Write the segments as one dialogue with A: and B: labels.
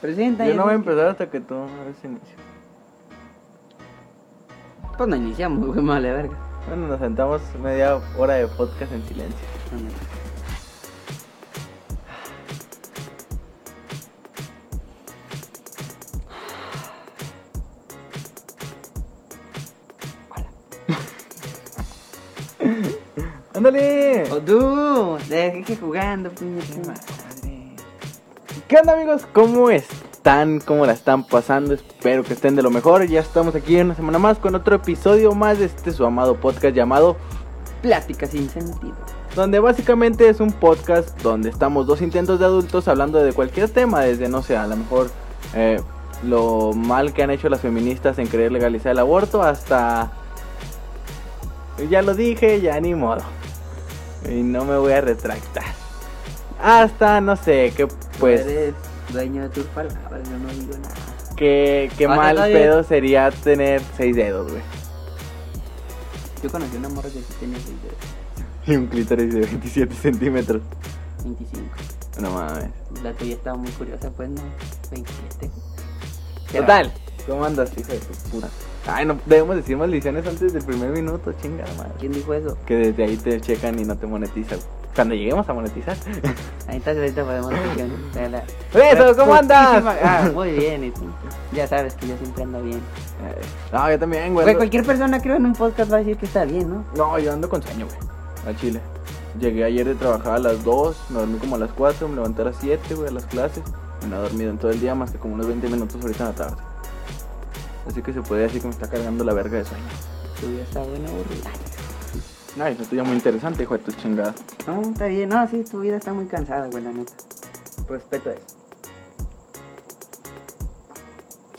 A: Presenta.
B: Yo
A: ya
B: no voy a
A: sabes que-
B: empezar hasta que tú hagas inicio.
A: Pues no iniciamos, güey, mala verga.
B: Bueno, nos sentamos media hora de podcast en silencio.
A: No, no.
B: ¡Ándale!
A: O tú, deja que jugando, pues, puñeta.
B: ¡Qué madre! ¿Qué onda amigos? ¿Cómo están? ¿Cómo la están pasando? Espero que estén de lo mejor. Ya estamos aquí una semana más con otro episodio más de este su amado podcast llamado
A: Plática sin sentido.
B: donde básicamente es un podcast donde estamos dos intentos de adultos hablando de cualquier tema, desde no sé, a lo mejor eh, lo mal que han hecho las feministas en querer legalizar el aborto hasta... Ya lo dije, ya ni modo. Y no me voy a retractar. Hasta, no sé, que
A: Tú
B: pues,
A: eres dueño de tus palabras, yo no digo nada.
B: que, que
A: Ah,
B: mal
A: está bien.
B: pedo sería tener seis dedos, güey.
A: Yo conocí una morra que sí tenía seis dedos,
B: Y un clítoris de 27 centímetros.
A: 25.
B: No mames.
A: La tuya estaba muy curiosa, pues no, 27. Pero-
B: Total. ¿Cómo andas, hija de tu puta? Ay, no, debemos decir maldiciones antes del primer minuto, chingada madre.
A: ¿Quién dijo eso?
B: Que desde ahí te checan y no te monetizan. Cuando lleguemos a monetizar.
A: Ahí está, ahorita podemos decir que- de la-
B: ¡Eso, cómo andas!
A: Ah, muy bien, y tú. Ya sabes que yo siempre ando bien.
B: Eh, No, yo también, güey.
A: Güey,
B: ando-
A: cualquier persona creo en un podcast va a decir que está bien, ¿no?
B: No, yo ando con sueño, güey. Al Chile. Llegué ayer de trabajar a las 2, me dormí como a las 4, me levanté a las 7, güey, a las clases. Y no he dormido en todo el día más que como unos 20 minutos ahorita en la tarde. Así que se puede decir que me está cargando la verga de sueño.
A: Tu vida está buena, aburrida.
B: No, eso estudia muy interesante, hijo de tu chingada.
A: No, está bien. No, sí, tu vida está muy cansada, güey, la neta. Respeto eso.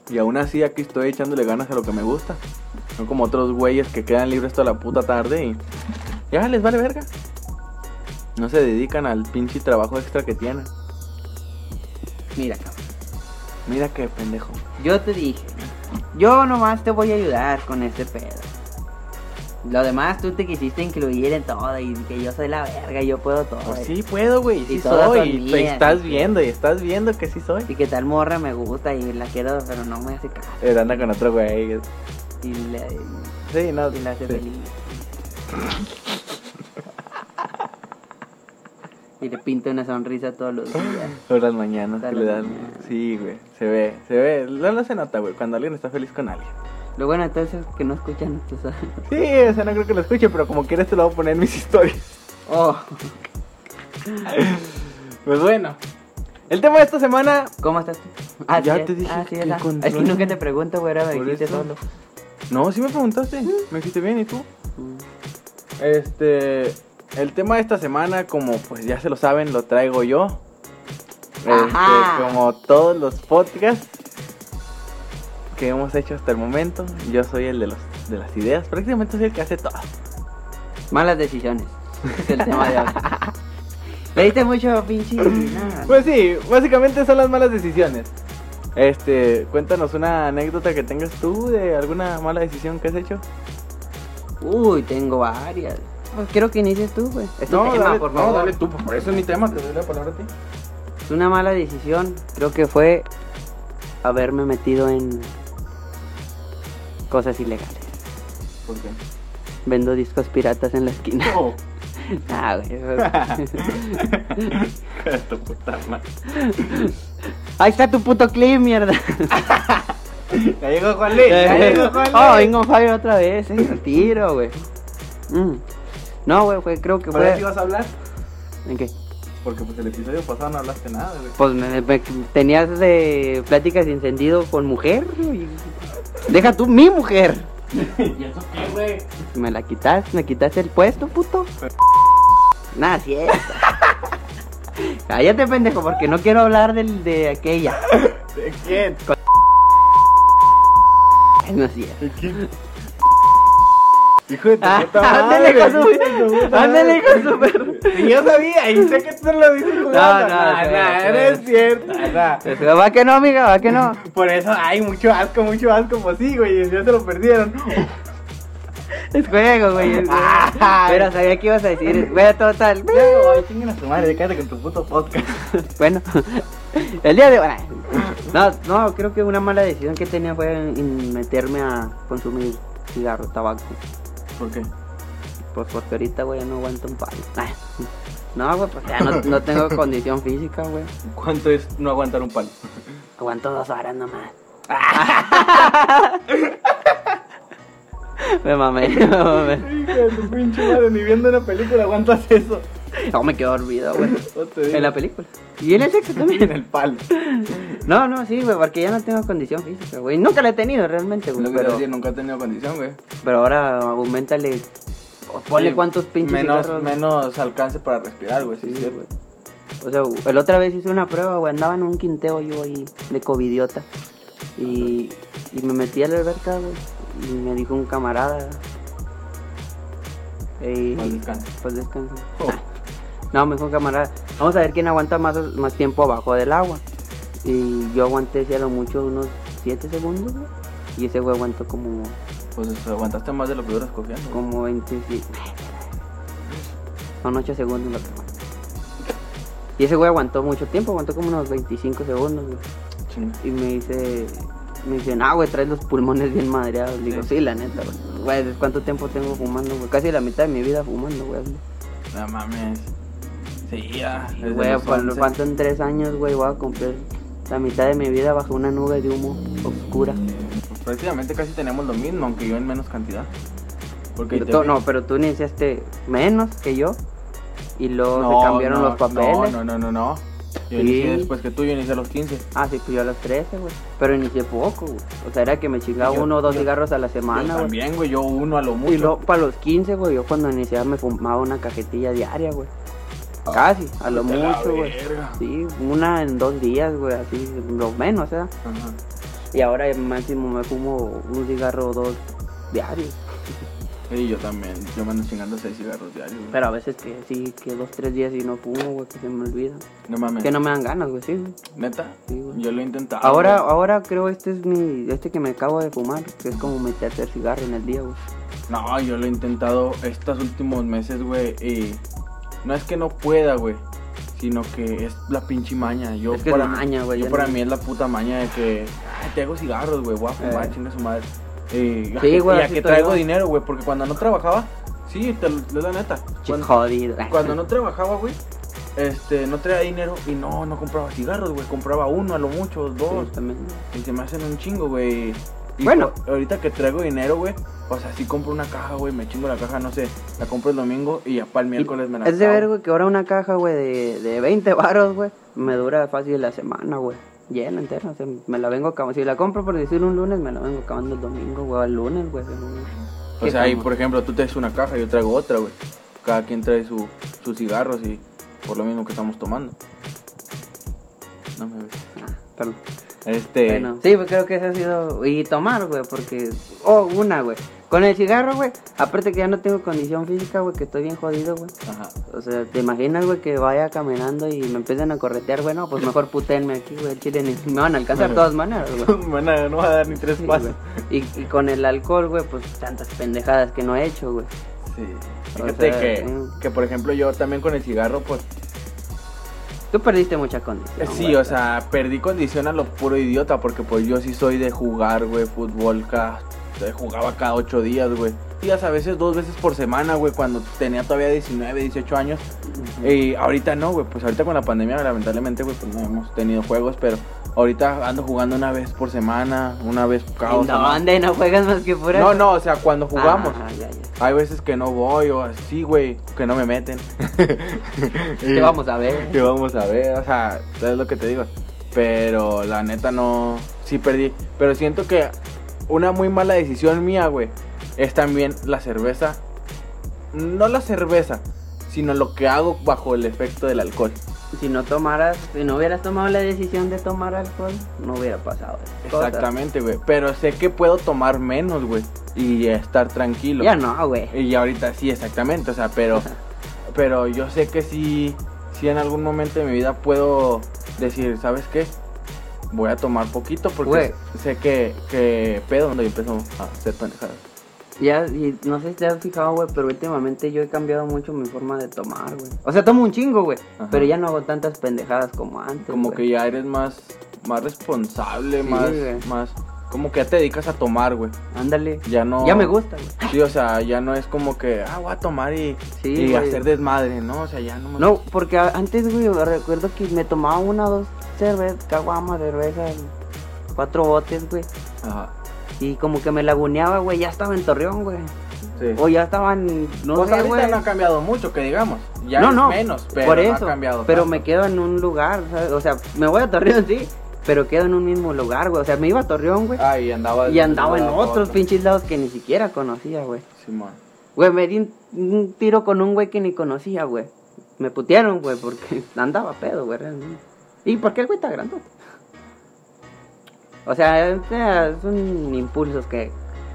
B: Y aún así aquí estoy echándole ganas a lo que me gusta. No como otros güeyes que quedan libres toda la puta tarde y. Ya les vale verga. No se dedican al pinche trabajo extra que tienen.
A: Mira, cabrón.
B: Mira qué pendejo.
A: Yo te dije, yo nomás te voy a ayudar con este pedo. Lo demás tú te quisiste incluir en todo y que yo soy la verga, yo puedo todo.
B: Pues sí puedo, güey. Sí
A: Y todas
B: soy.
A: son
B: Y
A: mías,
B: estás
A: sí.
B: viendo, y estás viendo que sí soy.
A: Y que tal morra me gusta y la quiero, pero no me hace caso.
B: Eh, anda con otro güey.
A: Y la,
B: Sí, no.
A: y la hace
B: sí.
A: feliz. Y le pinta una sonrisa todos los días.
B: Por las mañanas
A: Por
B: que
A: las
B: le dan.
A: mañanas.
B: Sí, güey. Se ve, se ve. No, no se nota, güey. Cuando alguien está feliz con alguien.
A: Lo bueno entonces es que no escuchan nuestros audios.
B: Sí, o sea, no creo que lo escuche, pero como quieres te lo voy a poner en mis historias.
A: Oh,
B: Pues bueno. El tema de esta semana.
A: ¿cómo estás tú? Ah,
B: Ya
A: sí,
B: te dije
A: ah, sí,
B: que
A: ya está.
B: control-
A: Es que nunca te pregunto, güey, ahora me
B: Por
A: Ah, dijiste
B: eso.
A: solo.
B: No, sí me preguntaste. Me dijiste bien, ¿y tú?
A: Mm.
B: Este. El tema de esta semana, como pues ya se lo saben, lo traigo yo. Este,
A: Ajá.
B: como todos los podcasts que hemos hecho hasta el momento, yo soy el de, los, de las ideas. Prácticamente soy el que hace todo.
A: Malas decisiones. Es el tema de hoy. Le diste mucho pinche. nada.
B: Pues sí, básicamente son las malas decisiones. Este, cuéntanos una anécdota que tengas tú de alguna mala decisión que has hecho.
A: Uy, tengo varias. Pues quiero que inicies tú, güey. Es tu tema, por favor.
B: tú, por eso es mi tema, te doy la palabra a ti.
A: Una mala decisión, creo que fue haberme metido en cosas ilegales.
B: ¿Por qué?
A: Vendo discos piratas en la esquina.
B: Oh.
A: Ah, güey.
B: tu puta madre.
A: Ahí está tu puto clip, mierda.
B: Ya llegó Juan Luis, ya llegó Juan Luis.
A: oh, vengo Fire otra vez, eh. al Tiro, güey. Mm. No, güey, fue- creo que
B: ¿Por qué
A: fue.
B: ibas a hablar?
A: ¿En qué?
B: Porque pues el episodio pasado no hablaste nada, güey.
A: Pues me, me- tenías de pláticas sin sentido con mujer. güey. Deja tú mi mujer.
B: ¿Y eso qué, güey?
A: Me la quitas, me quitas el puesto, puto. Nada, así es. Cállate, pendejo, porque no quiero hablar del, de aquella.
B: ¿De quién?
A: No, así es.
B: ¿De quién? Hijo de tu
A: Ah,
B: puta
A: ándale
B: madre.
A: con su-
B: hijo de tu puta
A: ándale
B: madre.
A: con su perro.
B: Sí, Yo sabía, y sé que tú lo dices jugando.
A: no,
B: Ah, no,
A: sí, sí.
B: eres cierto. nah.
A: Va que no, amiga, va que no.
B: Por eso hay mucho asco, mucho asco, pues sí, güey, ya se lo perdieron.
A: Es juego, güey. es-
B: Ah.
A: Pero sabía que ibas a decir. Güey, total.
B: Ay, chinguen a su madre, cállate con tu puto podcast.
A: Bueno, el día de hoy. No, no, creo que una mala decisión que tenía fue en, en meterme a consumir cigarro, tabaco.
B: ¿Por qué?
A: Pues porque ahorita, güey, ya no aguanto un palo. Ah, No, güey, pues ya no, no tengo condición física, güey.
B: ¿Cuánto es no aguantar un palo?
A: Aguanto dos horas nomás. me mamé, me mamé.
B: tu pinche madre, ni viendo una película aguantas eso.
A: No, me quedo dormido, güey.
B: No te digo.
A: En la película. Y en el sexo
B: en
A: también.
B: el palo.
A: No, no, sí, güey, porque ya no tengo condición física, güey. Nunca la he tenido realmente,
B: Lo
A: güey.
B: que te
A: Pero,
B: decía, nunca he tenido condición, güey.
A: pero ahora aumentale. Ponle
B: Sí,
A: cuántos pinches
B: menos,
A: cigarros,
B: menos alcance para respirar, güey. Sí,
A: Sí,
B: sí,
A: güey. O sea, la otra vez hice una prueba, güey, andaba en un quinteo yo ahí de covidiota. Y, y me metí a la alberca, güey. Y me dijo un camarada. "Ey,
B: Paz descanse.
A: Pues descansa.
B: Oh.
A: No, me dijo un camarada. Vamos a ver quién aguanta más, más tiempo abajo del agua. Y yo aguanté, si a lo mucho, unos 7 segundos, güey. Y ese güey aguantó como,
B: Pues aguantaste más de lo que duras cogiendo. güey.
A: como 27. Son 8 segundos lo que aguantó. Y ese güey aguantó mucho tiempo, aguantó como unos 25 segundos, güey.
B: Chinga.
A: Y me dice, me dice, ah, güey, traes los pulmones bien madreados. Le digo,
B: Sí.
A: sí, la neta, güey. Güey, ¿desde ¿cuánto tiempo tengo fumando, güey? Casi la mitad de mi vida fumando, güey.
B: No mames. Sí, ya. desde
A: Güey,
B: los
A: por lo
B: 11.
A: faltan tres años, güey, voy a cumplir la mitad de mi vida bajo una nube de humo oscura.
B: Pues prácticamente casi tenemos lo mismo, aunque yo en menos cantidad. Porque
A: Pero
B: te-
A: tú- no, pero tú iniciaste menos que yo y luego
B: No,
A: se cambiaron
B: no,
A: los papeles.
B: No, no, no, no. no.
A: Sí.
B: Yo inicié después que tú, yo inicié a los 15.
A: Ah, sí, pues yo a los 13, güey. Pero inicié poco, güey. O sea, era que me chingaba
B: Yo-
A: uno o dos
B: yo-
A: cigarros a la
B: Yo
A: semana, güey.
B: también, güey, yo uno a lo mucho.
A: Y luego para los 15, güey, yo cuando iniciaba me fumaba una cajetilla diaria, güey. Casi, a lo
B: Vete a la
A: mucho, güey.
B: verga.
A: Sí, una en dos días, güey, así, lo menos, ¿eh? o sea.
B: Ajá.
A: Y ahora máximo me fumo un cigarro o dos diarios.
B: Y yo también, yo me ando chingando seis cigarros diarios. güey.
A: Pero a veces que sí, que dos, tres días y no fumo, güey, que se me olvida.
B: No mames.
A: Que no me dan ganas, güey,
B: Ah,
A: sí, güey.
B: ¿Neta?
A: Sí, güey.
B: Yo lo he intentado.
A: Ahora,
B: güey.
A: ahora creo este es mi, este que me acabo de fumar, que es como mi tercer cigarro en el día, güey.
B: No, yo lo he intentado estos últimos meses, güey. Y no es que no pueda, güey. Sino que es la pinche maña. Yo
A: Es que es
B: para
A: maña, güey,
B: Yo
A: ya
B: para
A: no-
B: mí es la puta maña de que. Ay, te hago cigarros, güey. Voy a fumar,
A: Eh.
B: chinga su madre. Y ya
A: Sí,
B: que-
A: güey,
B: y ya
A: así
B: que
A: estoy
B: traigo
A: yo.
B: dinero, güey. Porque cuando no trabajaba. Sí, te lo es la neta.
A: Che,
B: Cuando,
A: Jodido.
B: cuando no trabajaba, güey. Este, no traía dinero y no, no compraba cigarros, güey. Compraba uno a lo mucho, dos.
A: Sí, también.
B: Y se me hacen un chingo, güey. Y
A: Bueno.
B: cu- ahorita que traigo dinero, güey. O sea, si compro una caja, güey, me chingo la caja, no sé. La compro el domingo y ya para el miércoles me la
A: Es de
B: acabo.
A: ver, güey, que ahora una caja, güey, de, de 20 baros, güey, me dura fácil la semana, güey. Llena entera, o sea, me la vengo acabando. Si la compro por decir un lunes, me la vengo acabando el domingo, güey, al lunes, güey. el lunes.
B: O
A: ¿Qué
B: sea, y
A: como?
B: por ejemplo, tú traes una caja, yo traigo otra, güey. Cada quien trae su, sus cigarros y por lo mismo que estamos tomando. No me ves.
A: Ah, perdón.
B: Este.
A: Bueno, sí, pues creo que eso ha sido. Y tomar, güey, porque. Oh, una, güey. Con el cigarro, güey. Aparte que ya no tengo condición física, güey, que estoy bien jodido, güey.
B: Ajá.
A: O sea, ¿te imaginas, güey, que vaya caminando y me empiecen a corretear? Bueno, pues mejor putenme aquí, güey. el Chile ni- me van a alcanzar de todas maneras, güey.
B: Bueno, no va a dar ni tres
A: Sí,
B: pasos.
A: güey. y, y con el alcohol, güey, pues tantas pendejadas que no he hecho, güey.
B: Sí.
A: O
B: Fíjate
A: sea,
B: que,
A: mm.
B: que, por ejemplo, yo también con el cigarro, pues
A: Tú perdiste mucha condición.
B: Sí,
A: güey.
B: o sea, perdí condición a lo puro idiota porque pues yo sí soy de jugar, güey, fútbol cada, eh, jugaba cada ocho días, güey. Días a veces dos veces por semana, güey, cuando tenía todavía 19, 18 años. Y ahorita no, güey, pues ahorita con la pandemia lamentablemente, güey, pues no hemos tenido juegos, pero ahorita ando jugando una vez por semana, una vez cada
A: ¿En
B: semana.
A: dónde? ¿No juegas más que pura?
B: No, no, o sea, cuando jugamos.
A: Ah, ya, ya.
B: Hay veces que no voy o así, güey, que no me meten.
A: Te vamos a ver.
B: Que vamos a ver, o sea, es lo que te digo. Pero la neta no. Sí perdí. Pero siento que una muy mala decisión mía, güey, es también la cerveza. No la cerveza, sino lo que hago bajo el efecto del alcohol.
A: Si no tomaras, si no hubieras tomado la decisión de tomar alcohol, no hubiera pasado. esas cosas.
B: Exactamente, güey. Pero sé que puedo tomar menos, güey. Y estar tranquilo.
A: Ya no, güey.
B: Y ahorita sí, exactamente, o sea, pero pero yo sé que sí, sí en algún momento de mi vida puedo decir, ¿sabes qué? Voy a tomar poquito porque
A: Güey.
B: sé que, que pedo cuando yo empiezo a hacer pendejadas.
A: Ya, y no sé si te has fijado, güey, pero últimamente yo he cambiado mucho mi forma de tomar, güey. O sea, tomo un chingo, güey,
B: Ajá.
A: pero ya no hago tantas pendejadas como antes.
B: Como
A: güey.
B: que ya eres más, más responsable,
A: Sí,
B: más,
A: güey.
B: más. Como que ya te dedicas a tomar, güey.
A: Ándale.
B: Ya no.
A: Ya me gusta, güey.
B: Sí, o sea, ya no es como que, ah, voy a tomar y,
A: Sí,
B: y
A: güey.
B: hacer desmadre, ¿no? O sea, ya no me
A: No, porque a- antes, güey, recuerdo que me tomaba una o dos cervezas, caguama, cerveza, cuatro botes, güey.
B: Ajá.
A: Y como que me laguneaba, güey, ya estaba en Torreón, güey.
B: Sí.
A: O ya estaban, no
B: Pues
A: sé,
B: ahorita
A: güey.
B: no ha cambiado mucho, que digamos. Ya
A: no,
B: es
A: no,
B: menos, pero
A: por
B: no
A: eso,
B: ha cambiado.
A: pero
B: tanto.
A: me quedo en un lugar, ¿sabes? o sea, me voy a Torreón, sí, pero quedo en un mismo lugar, güey. O sea, me iba a Torreón, güey,
B: Ah, y andaba,
A: y andaba en
B: otro.
A: otros pinches lados que ni siquiera conocía, güey.
B: Simón.
A: Güey, me di un, un tiro con un güey que ni conocía, güey. Me putearon, güey, porque andaba pedo, güey, realmente. ¿Y por qué el güey está grandote? O sea, es- eh, son impulsos que...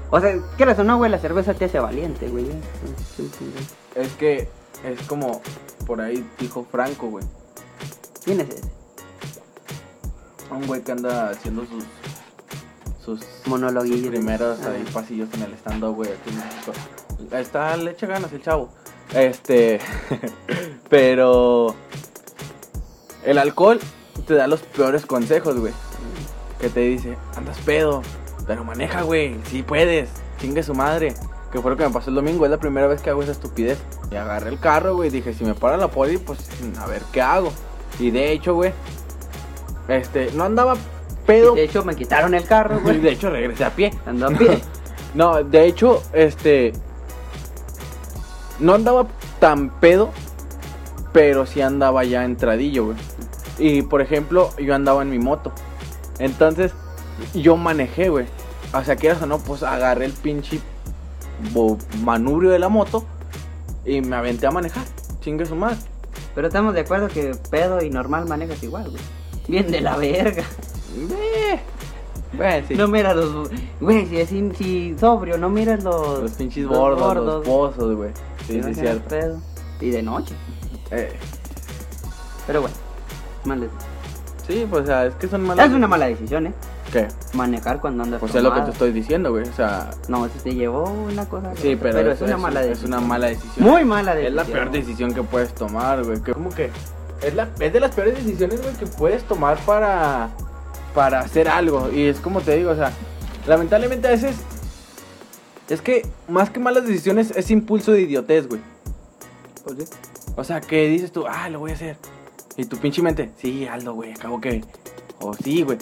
A: O sea, quieras o no, güey, la cerveza te hace valiente, güey.
B: Es que es como por ahí dijo Franco, güey.
A: ¿Quién es ese?
B: Un güey que anda haciendo sus. sus
A: Monologuillos.
B: sus primeros
A: Ah.
B: ahí pasillos en el stand-up, güey, aquí en México. Está, le echa ganas el chavo. Este. pero. El alcohol te da los peores consejos, güey. Que te dice, andas pedo, pero maneja, güey, si puedes, chingue su madre. Que fue lo que me pasó el domingo, es la primera vez que hago esa estupidez. Y agarré el carro, güey, y dije, si me para la poli, pues a ver qué hago. Y de hecho, güey, este, no andaba pedo.
A: Y De hecho, me quitaron el carro,
B: Y
A: güey.
B: de hecho regresé a pie.
A: Andó a pie.
B: No, de hecho, este. No andaba tan pedo, pero sí andaba ya entradillo, güey. Y por ejemplo, yo andaba en mi moto. Entonces, yo manejé, güey. O sea, quieras o no, pues agarré el pinche bo- manubrio de la moto y me aventé a manejar. Chingue su madre.
A: Pero estamos de acuerdo que pedo y normal manejas igual, güey. Bien de la verga.
B: Eh, Bueno, sí.
A: No miras los. Güey, si es in- si sobrio, no miras los.
B: los pinches
A: los
B: bordos, los pozos, güey. Sí,
A: No
B: sí,
A: seas
B: cierto.
A: pedo. Y de noche.
B: Eh,
A: Pero bueno. mal de-
B: sí, pues, o sea, es que son malas.
A: Es una mala decisión, ¿eh?
B: ¿Qué?
A: Manejar cuando andas.
B: O sea, lo que
A: tomado.
B: te estoy diciendo, güey. O sea,
A: No, eso te llevó una cosa.
B: sí,
A: grave,
B: pero,
A: es, una mala
B: es
A: decisión.
B: una mala decisión.
A: Muy mala
B: es
A: decisión.
B: la peor decisión que puedes tomar, güey. Que, ¿Cómo que? Es, la, es de las peores decisiones, güey, que puedes tomar para, para hacer algo. Y es como te digo, o sea, lamentablemente a veces. Es que más que malas decisiones es impulso de idiotez, güey.
A: Oye,
B: O sea, que dices tú, ah, lo voy a hacer. Y tu pinche mente, sí, Aldo, güey, acabo que. O sí, güey.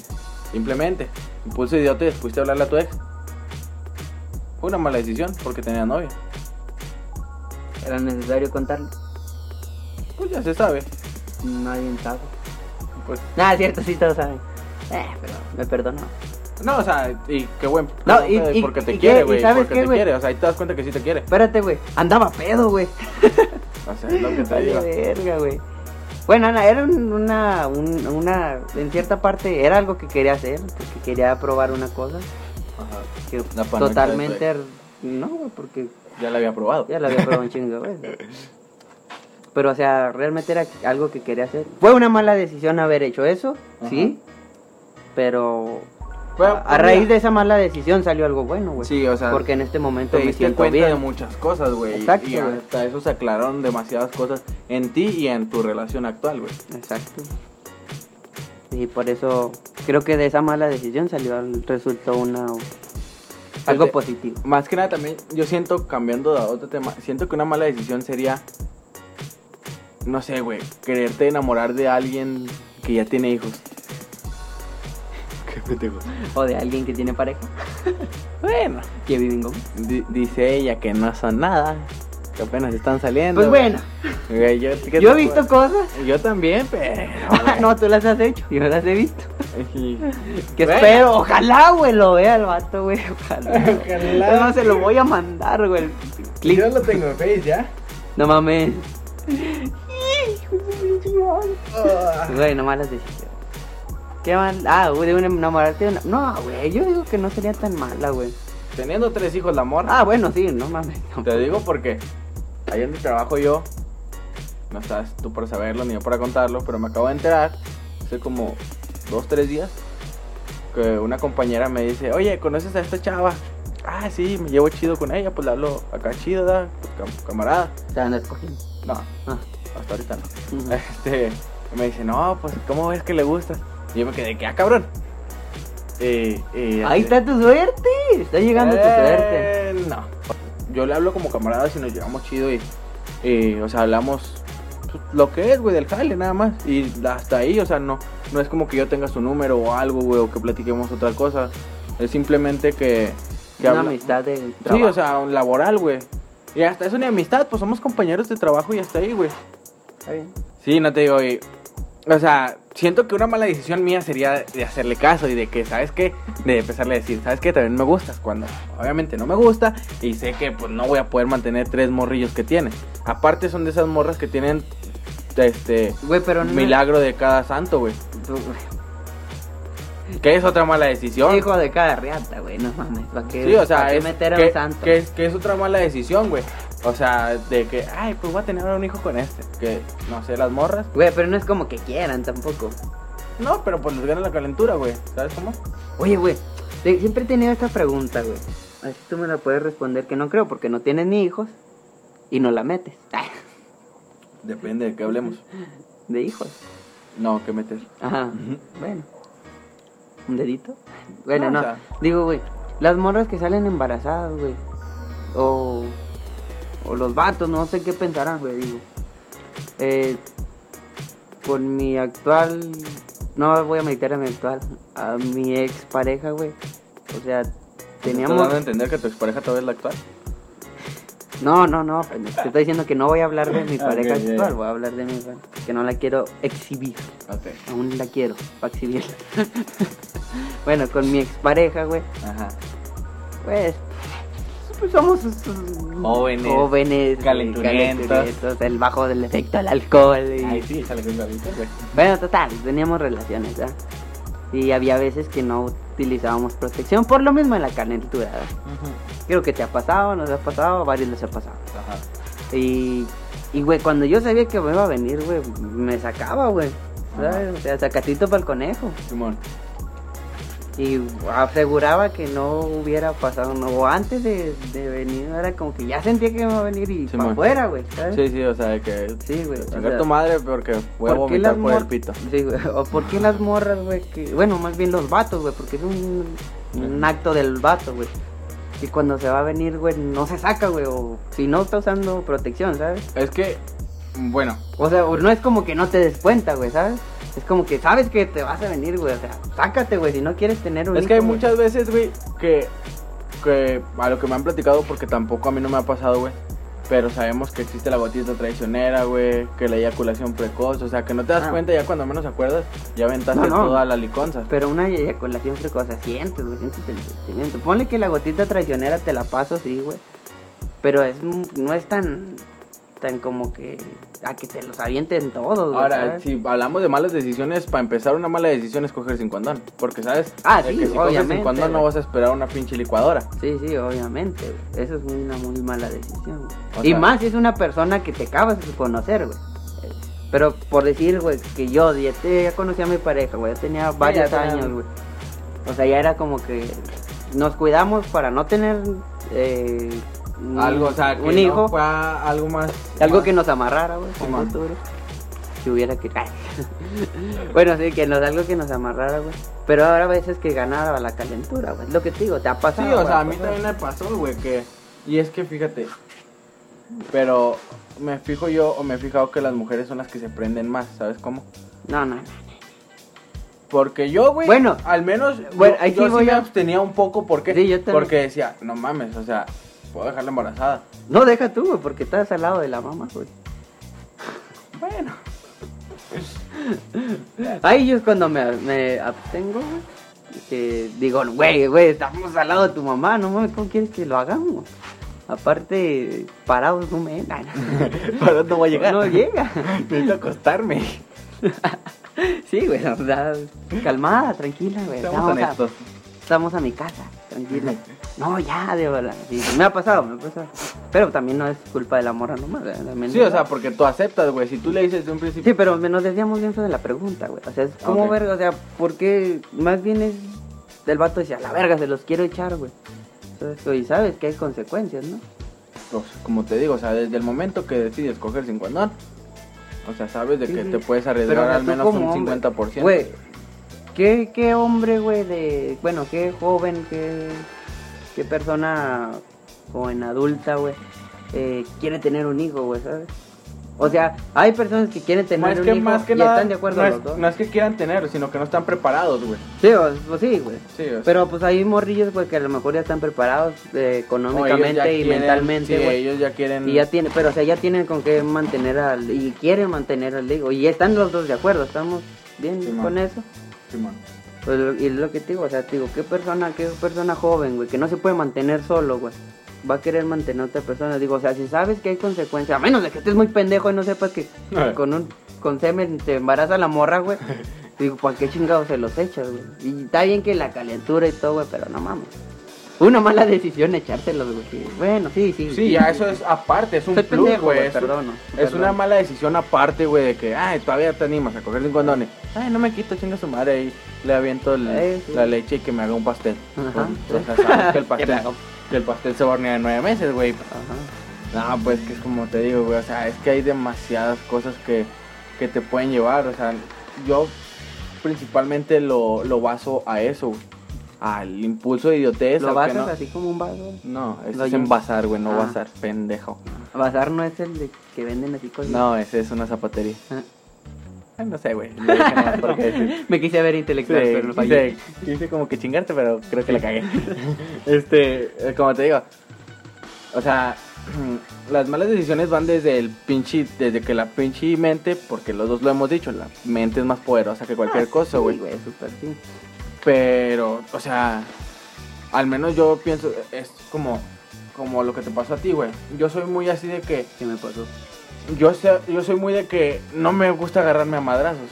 B: Simplemente, impulso idiota y después de hablarle a tu ex. Fue una mala decisión porque tenía novia.
A: Era necesario contarlo.
B: Pues ya se sabe.
A: Nadie sabe.
B: Pues,
A: Nada, es cierto, sí, todos saben. Eh, pero me perdonó.
B: no, o sea, y qué bueno.
A: No, y- y-
B: porque te
A: y qué,
B: quiere,
A: y
B: güey.
A: ¿sabes
B: Porque
A: qué,
B: te
A: güey?
B: quiere. O sea, ahí te das cuenta que sí te quiere.
A: Espérate, güey. Andaba pedo, güey.
B: O sea, es lo que te
A: Vale
B: digo.
A: verga, güey. Bueno, Ana, era un- una, un- una, en cierta parte era algo que quería hacer, porque quería probar una cosa
B: Ajá.
A: que
B: La panocha
A: totalmente,
B: de
A: r- no, güey, porque
B: Ya la había probado.
A: ya la había probado un chingo, güey. Pero, o sea, realmente era algo que quería hacer. Fue una mala decisión haber hecho eso,
B: Ajá.
A: sí, pero
B: Bueno,
A: a, a
B: pues,
A: raíz
B: mira,
A: de esa mala decisión salió algo bueno, güey.
B: Sí, o sea,
A: porque en este momento
B: te
A: me
B: diste
A: siento
B: cuenta de
A: bien.
B: muchas cosas, güey. y-
A: Exacto,
B: Y
A: güey.
B: hasta eso se aclararon demasiadas cosas en ti y en tu relación actual, güey.
A: Exacto. Y por eso creo que de esa mala decisión salió al- resultó una algo
B: Fíjate.
A: positivo.
B: Más que nada también, yo siento, cambiando a otro tema, siento que una mala decisión sería, no sé, güey, quererte enamorar de alguien que ya tiene hijos. Qué pendejo.
A: O de alguien que tiene pareja,
B: Bueno,
A: que vive en Gómez.
B: di- dice ella que no son nada, que apenas están saliendo.
A: Pues bueno,
B: Güey, yo, ¿qué
A: yo he
B: te
A: visto cosas.
B: puedo- Yo también, pero...
A: no, tú las has hecho, yo las he visto. Que
B: Bueno.
A: espero, ojalá, güey, lo vea el vato, güey. Ojalá.
B: Ojalá.
A: Es más, se lo voy a mandar, güey. el clip.
B: Yo lo tengo en Face ya.
A: No mames. Güey, no malas decisiones. ¿Qué mal? Ah, güey, de un enamorarte de una... No, güey, yo digo que no sería tan mala, güey.
B: Teniendo tres hijos, la morra.
A: Ah, bueno, sí, no mames.
B: Te digo porque ahí en mi trabajo yo, no estás tú para saberlo ni yo para contarlo, pero me acabo de enterar hace como dos, tres días que una compañera me dice, oye, ¿conoces a esta chava? Ah, sí, me llevo chido con ella, pues la hablo acá chido, ¿da? Pues, cam- camarada.
A: Te andas cogiendo.
B: No,
A: Ah.
B: hasta ahorita no. Este, y me dice, no, pues, ¿cómo ves que le gustas? Y yo me quedé, que ah, cabrón? Eh, eh,
A: Ahí está tu suerte. Está llegando tu suerte.
B: eh, No. Yo le hablo como camarada si nos llevamos chido y, y, o sea, hablamos pues, lo que es, güey, del jale nada más. Y hasta ahí, o sea, no, no es como que yo tenga su número o algo, güey, o que platiquemos otra cosa. Es simplemente que... que
A: Una
B: habla-
A: amistad de
B: Sí,
A: trabajo.
B: o sea, un laboral, güey. Y hasta es una amistad, pues somos compañeros de trabajo y hasta ahí, güey.
A: Está bien.
B: Sí, no te digo, y- o sea, siento que una mala decisión mía sería de hacerle caso y de que, ¿sabes qué? De empezarle a decir, ¿sabes qué? También me gustas cuando obviamente no me gusta y sé que pues no voy a poder mantener tres morrillos que tiene. Aparte son de esas morras que tienen este
A: Güey, pero no.
B: milagro de cada santo, güey.
A: Tú-
B: Que es otra mala decisión.
A: Hijo de cada riata, güey. No mames. ¿Para qué,
B: Sí, o
A: pa'
B: sea,
A: qué
B: es,
A: meter a
B: que,
A: un santo?
B: que es, que es otra mala decisión, güey. O sea, de que, ay, pues voy a tener ahora un hijo con este. Que, no sé, las morras.
A: Güey, pero no es como que quieran tampoco.
B: No, pero pues les gana la calentura, güey. ¿Sabes cómo?
A: Oye, güey, te- siempre he tenido esta pregunta, güey. A ver si tú me la puedes responder, que no creo, porque no tienes ni hijos y no la metes.
B: Depende de qué hablemos.
A: De hijos.
B: No, que meter.
A: Ajá.
B: Ujú.
A: Bueno. ¿Un dedito? Bueno,
B: No,
A: no.
B: o sea.
A: Digo, güey, las morras que salen embarazadas, güey. O, o los vatos, no sé qué pensarán, güey, digo. Eh, con mi actual... No voy a meditar a mi actual. A mi ex pareja, güey. O sea,
B: ¿Estás
A: teníamos...
B: dando a entender que tu expareja todavía es la actual?
A: No, no, no, pendejo. te estoy diciendo que no voy a hablar de mi
B: Ah,
A: pareja
B: ok, ya,
A: actual,
B: ya.
A: voy a hablar de mi pareja, que no la quiero exhibir,
B: Ok.
A: aún la quiero, para exhibirla. bueno, con mi expareja, güey,
B: Ajá.
A: pues, pues somos uh,
B: Jóvenes,
A: jóvenes güey,
B: calenturientos.
A: calenturientos, el bajo del efecto del alcohol. y-
B: Ahí sí, sale con la vista, güey.
A: Bueno, total, teníamos relaciones, ¿verdad? Y había veces que no utilizábamos protección, por lo mismo en la calentura. ¿verdad? Creo que te ha pasado, nos ha pasado, a varios les ha pasado.
B: Ajá.
A: Y, y, güey, cuando yo sabía que me iba a venir, güey, me sacaba, güey.
B: Ajá.
A: ¿Sabes? O sea, sacatito para el conejo.
B: Simón.
A: Y aseguraba que no hubiera pasado, no. O antes de, de venir, era como que ya sentía que me iba a venir y
B: Sí,
A: para
B: man.
A: afuera, güey, ¿sabes?
B: Sí, sí, o sea, de que.
A: Sí, güey. o
B: Sacar
A: sea,
B: tu madre porque voy a
A: ¿por qué las
B: vomitar por el
A: mor-
B: pito.
A: Sí, güey. O por qué las morras, güey, que... Bueno, más bien los vatos, güey, porque es un, un
B: Ajá.
A: acto del vato, güey. Y cuando se va a venir, güey, no se saca, güey. O si no está usando protección, ¿sabes?
B: Es que, bueno,
A: O sea, o no es como que no te des cuenta, güey, ¿sabes? Es como que sabes que te vas a venir, güey. O sea, sácate, güey, si no quieres tener un
B: Es que hay
A: hijo, güey.
B: muchas veces, güey, que, que a lo que me han platicado, porque tampoco a mí no me ha pasado, güey. Pero sabemos que existe la gotita traicionera, güey, que la eyaculación precoz, o sea, que no te das
A: Ah.
B: cuenta ya cuando menos acuerdas, ya aventaste
A: No, no.
B: toda la liconza.
A: Pero una eyaculación precoz, o sea, sientes, güey, sientes el sentimiento. Ponle que la gotita traicionera te la paso, sí, güey. Pero es, m- no es tan, tan como que a que te los avienten todos, güey.
B: Ahora,
A: ¿sabes?
B: si hablamos de malas decisiones, para empezar una mala decisión es coger sin condón, porque sabes
A: Ah,
B: De
A: sí,
B: que si coges sin
A: obviamente,
B: condón no
A: güey.
B: vas a esperar una pinche licuadora.
A: Sí, sí, obviamente, güey. Eso es una muy mala decisión, güey.
B: O
A: Y
B: sea-
A: más si es una persona que te acabas de conocer, güey. Eh, Pero por decir, güey, que yo ya, te- ya conocía a mi pareja, güey. Ya tenía varios
B: tenía-
A: años, güey. O sea, ya era como que nos cuidamos para no tener eh, un-
B: Algo, o sea, que
A: un
B: no
A: hijo.
B: fuera algo más...
A: Algo que nos amarrara, güey,
B: Sí,
A: en
B: man.
A: futuro. Si hubiera que. Ay. bueno, sí, que nos, algo que nos amarrara, güey. Pero ahora a veces que ganaba la calentura, güey. Es Lo que te digo, te ha
B: Sí,
A: pasado.
B: o
A: güey, pues,
B: sea,
A: ha
B: a mí
A: pasado.
B: también me pasó, güey, que... Y es que fíjate, pero me fijo yo o me he fijado que las mujeres son las que se prenden más, ¿sabes cómo?
A: No, no.
B: Porque yo, güey,
A: Bueno.
B: al menos
A: Bueno,
B: yo,
A: ahí sí
B: yo sí
A: voy
B: me
A: a-
B: abstenía un poco porque,
A: Sí, yo también.
B: porque decía, no mames, o sea, puedo dejarla embarazada.
A: No, deja tú, güey, porque estás al lado de la mamá, güey.
B: Bueno,
A: Ahí yo es cuando me, me abstengo, güey. Que digo, güey, güey, estamos al lado de tu mamá, no mames, ¿cómo quieres que lo hagamos? Aparte, parados no me. Nah, nah.
B: pero no voy a llegar.
A: No llega.
B: Necesito acostarme.
A: Sí, güey, la verdad. Calmada, tranquila, güey.
B: Estamos
A: Vamos a-
B: honestos.
A: Estamos a mi casa, tranquila. No, ya, de verdad. Sí, me ha pasado, me ha pasado. Pero también no es culpa de la morra nomás. ¿verdad? También-
B: Sí, o sea, porque tú aceptas, güey, si tú le dices de un principio...
A: Sí, pero me- nos desviamos bien de la pregunta, güey. O sea, es como
B: Ok.
A: verga, o sea, porque más bien es del vato decía, la verga, se los quiero echar, güey. O sea, eso, Y sabes que hay consecuencias, ¿no?
B: pues, como te digo, o sea, desde el momento que decides coger sin condón, o sea, sabes de
A: Sí,
B: que
A: sí.
B: te puedes
A: Pero, o
B: arriesgar
A: sea,
B: al
A: tú
B: menos
A: como
B: un
A: hombre,
B: 50%.
A: Güey, ¿Qué, qué hombre, güey, de. Bueno, qué joven, qué. Qué persona joven adulta, güey, eh, quiere tener un hijo, güey, ¿sabes? O sea, hay personas que quieren tener
B: Más
A: un
B: que,
A: hijo
B: más que
A: y
B: nada,
A: están de acuerdo
B: no,
A: los dos.
B: es, no es que quieran tener, sino que no están preparados, güey.
A: Sí, o- pues sí, güey.
B: Sí, o sea,
A: Pero pues hay morrillos, güey, que a lo mejor ya están preparados eh,
B: o ellos ya
A: económicamente y
B: quieren-
A: mentalmente,
B: sí,
A: güey.
B: ellos ya quieren.
A: Y ya tiene, pero o sea, ya tienen con qué mantener al y quieren mantener al hijo y están los dos de acuerdo, estamos bien
B: Sí, man.
A: con eso.
B: Simón.
A: Pues, lo- y es lo que te digo, o sea, te digo, qué persona, qué persona joven, güey, que no se puede mantener solo, güey. Va a querer mantener a otra persona, digo, o sea, si sabes que hay consecuencias, a menos de que estés muy pendejo y no sepas que
B: Eh.
A: con un con semen te embaraza la morra, güey. Digo, ¿para qué chingados se los echas, güey? Y está bien que la calentura y todo, güey, pero no mames. Una mala decisión echárselos, güey. Bueno, sí, sí.
B: Sí, ya eso es aparte, es un
A: Soy
B: plus,
A: pendejo,
B: güey.
A: güey,
B: Es, un-
A: perdono,
B: es
A: perdono.
B: una mala decisión aparte, güey, de que, ay, todavía te animas a coger un condón. Ay, no me quito, chinga su madre, ahí le aviento el-
A: Eh, sí.
B: la leche y que me haga un pastel.
A: Ajá,
B: Pues,
A: sí.
B: o sea, sabes que
A: Que
B: el
A: me
B: pastel,
A: haga un-
B: que el pastel se hornea en nueve meses, güey.
A: Ajá.
B: No, pues que es como te digo, güey, o sea, es que hay demasiadas cosas que, que te pueden llevar, o sea, yo principalmente lo, lo baso a eso, güey, al impulso de idiotez.
A: ¿Lo
B: aunque
A: basas
B: no,
A: así como un vaso?
B: No, eso
A: Lo
B: es
A: llevas.
B: envasar, güey, no
A: Ah.
B: basar, pendejo.
A: Bazar no es el de que venden así con...
B: No, ese es una zapatería.
A: Ah.
B: Ay, no sé, güey. le dije nada porque decir.
A: Me quise ver intelectual,
B: Sí,
A: pero no fallé.
B: sí, quise como que chingarte, pero creo que la cagué. este, eh, como te digo, o sea, las malas decisiones van desde el pinche, desde que la pinche mente, porque los dos lo hemos dicho, la mente es más poderosa que cualquier cosa, güey.
A: Sí, súper sí.
B: Pero, o sea, al menos yo pienso, es como, como lo que te pasó a ti, güey. Yo soy muy así de que,
A: ¿Qué me pasó?
B: yo, sé- yo soy muy de que no me gusta agarrarme a madrazos.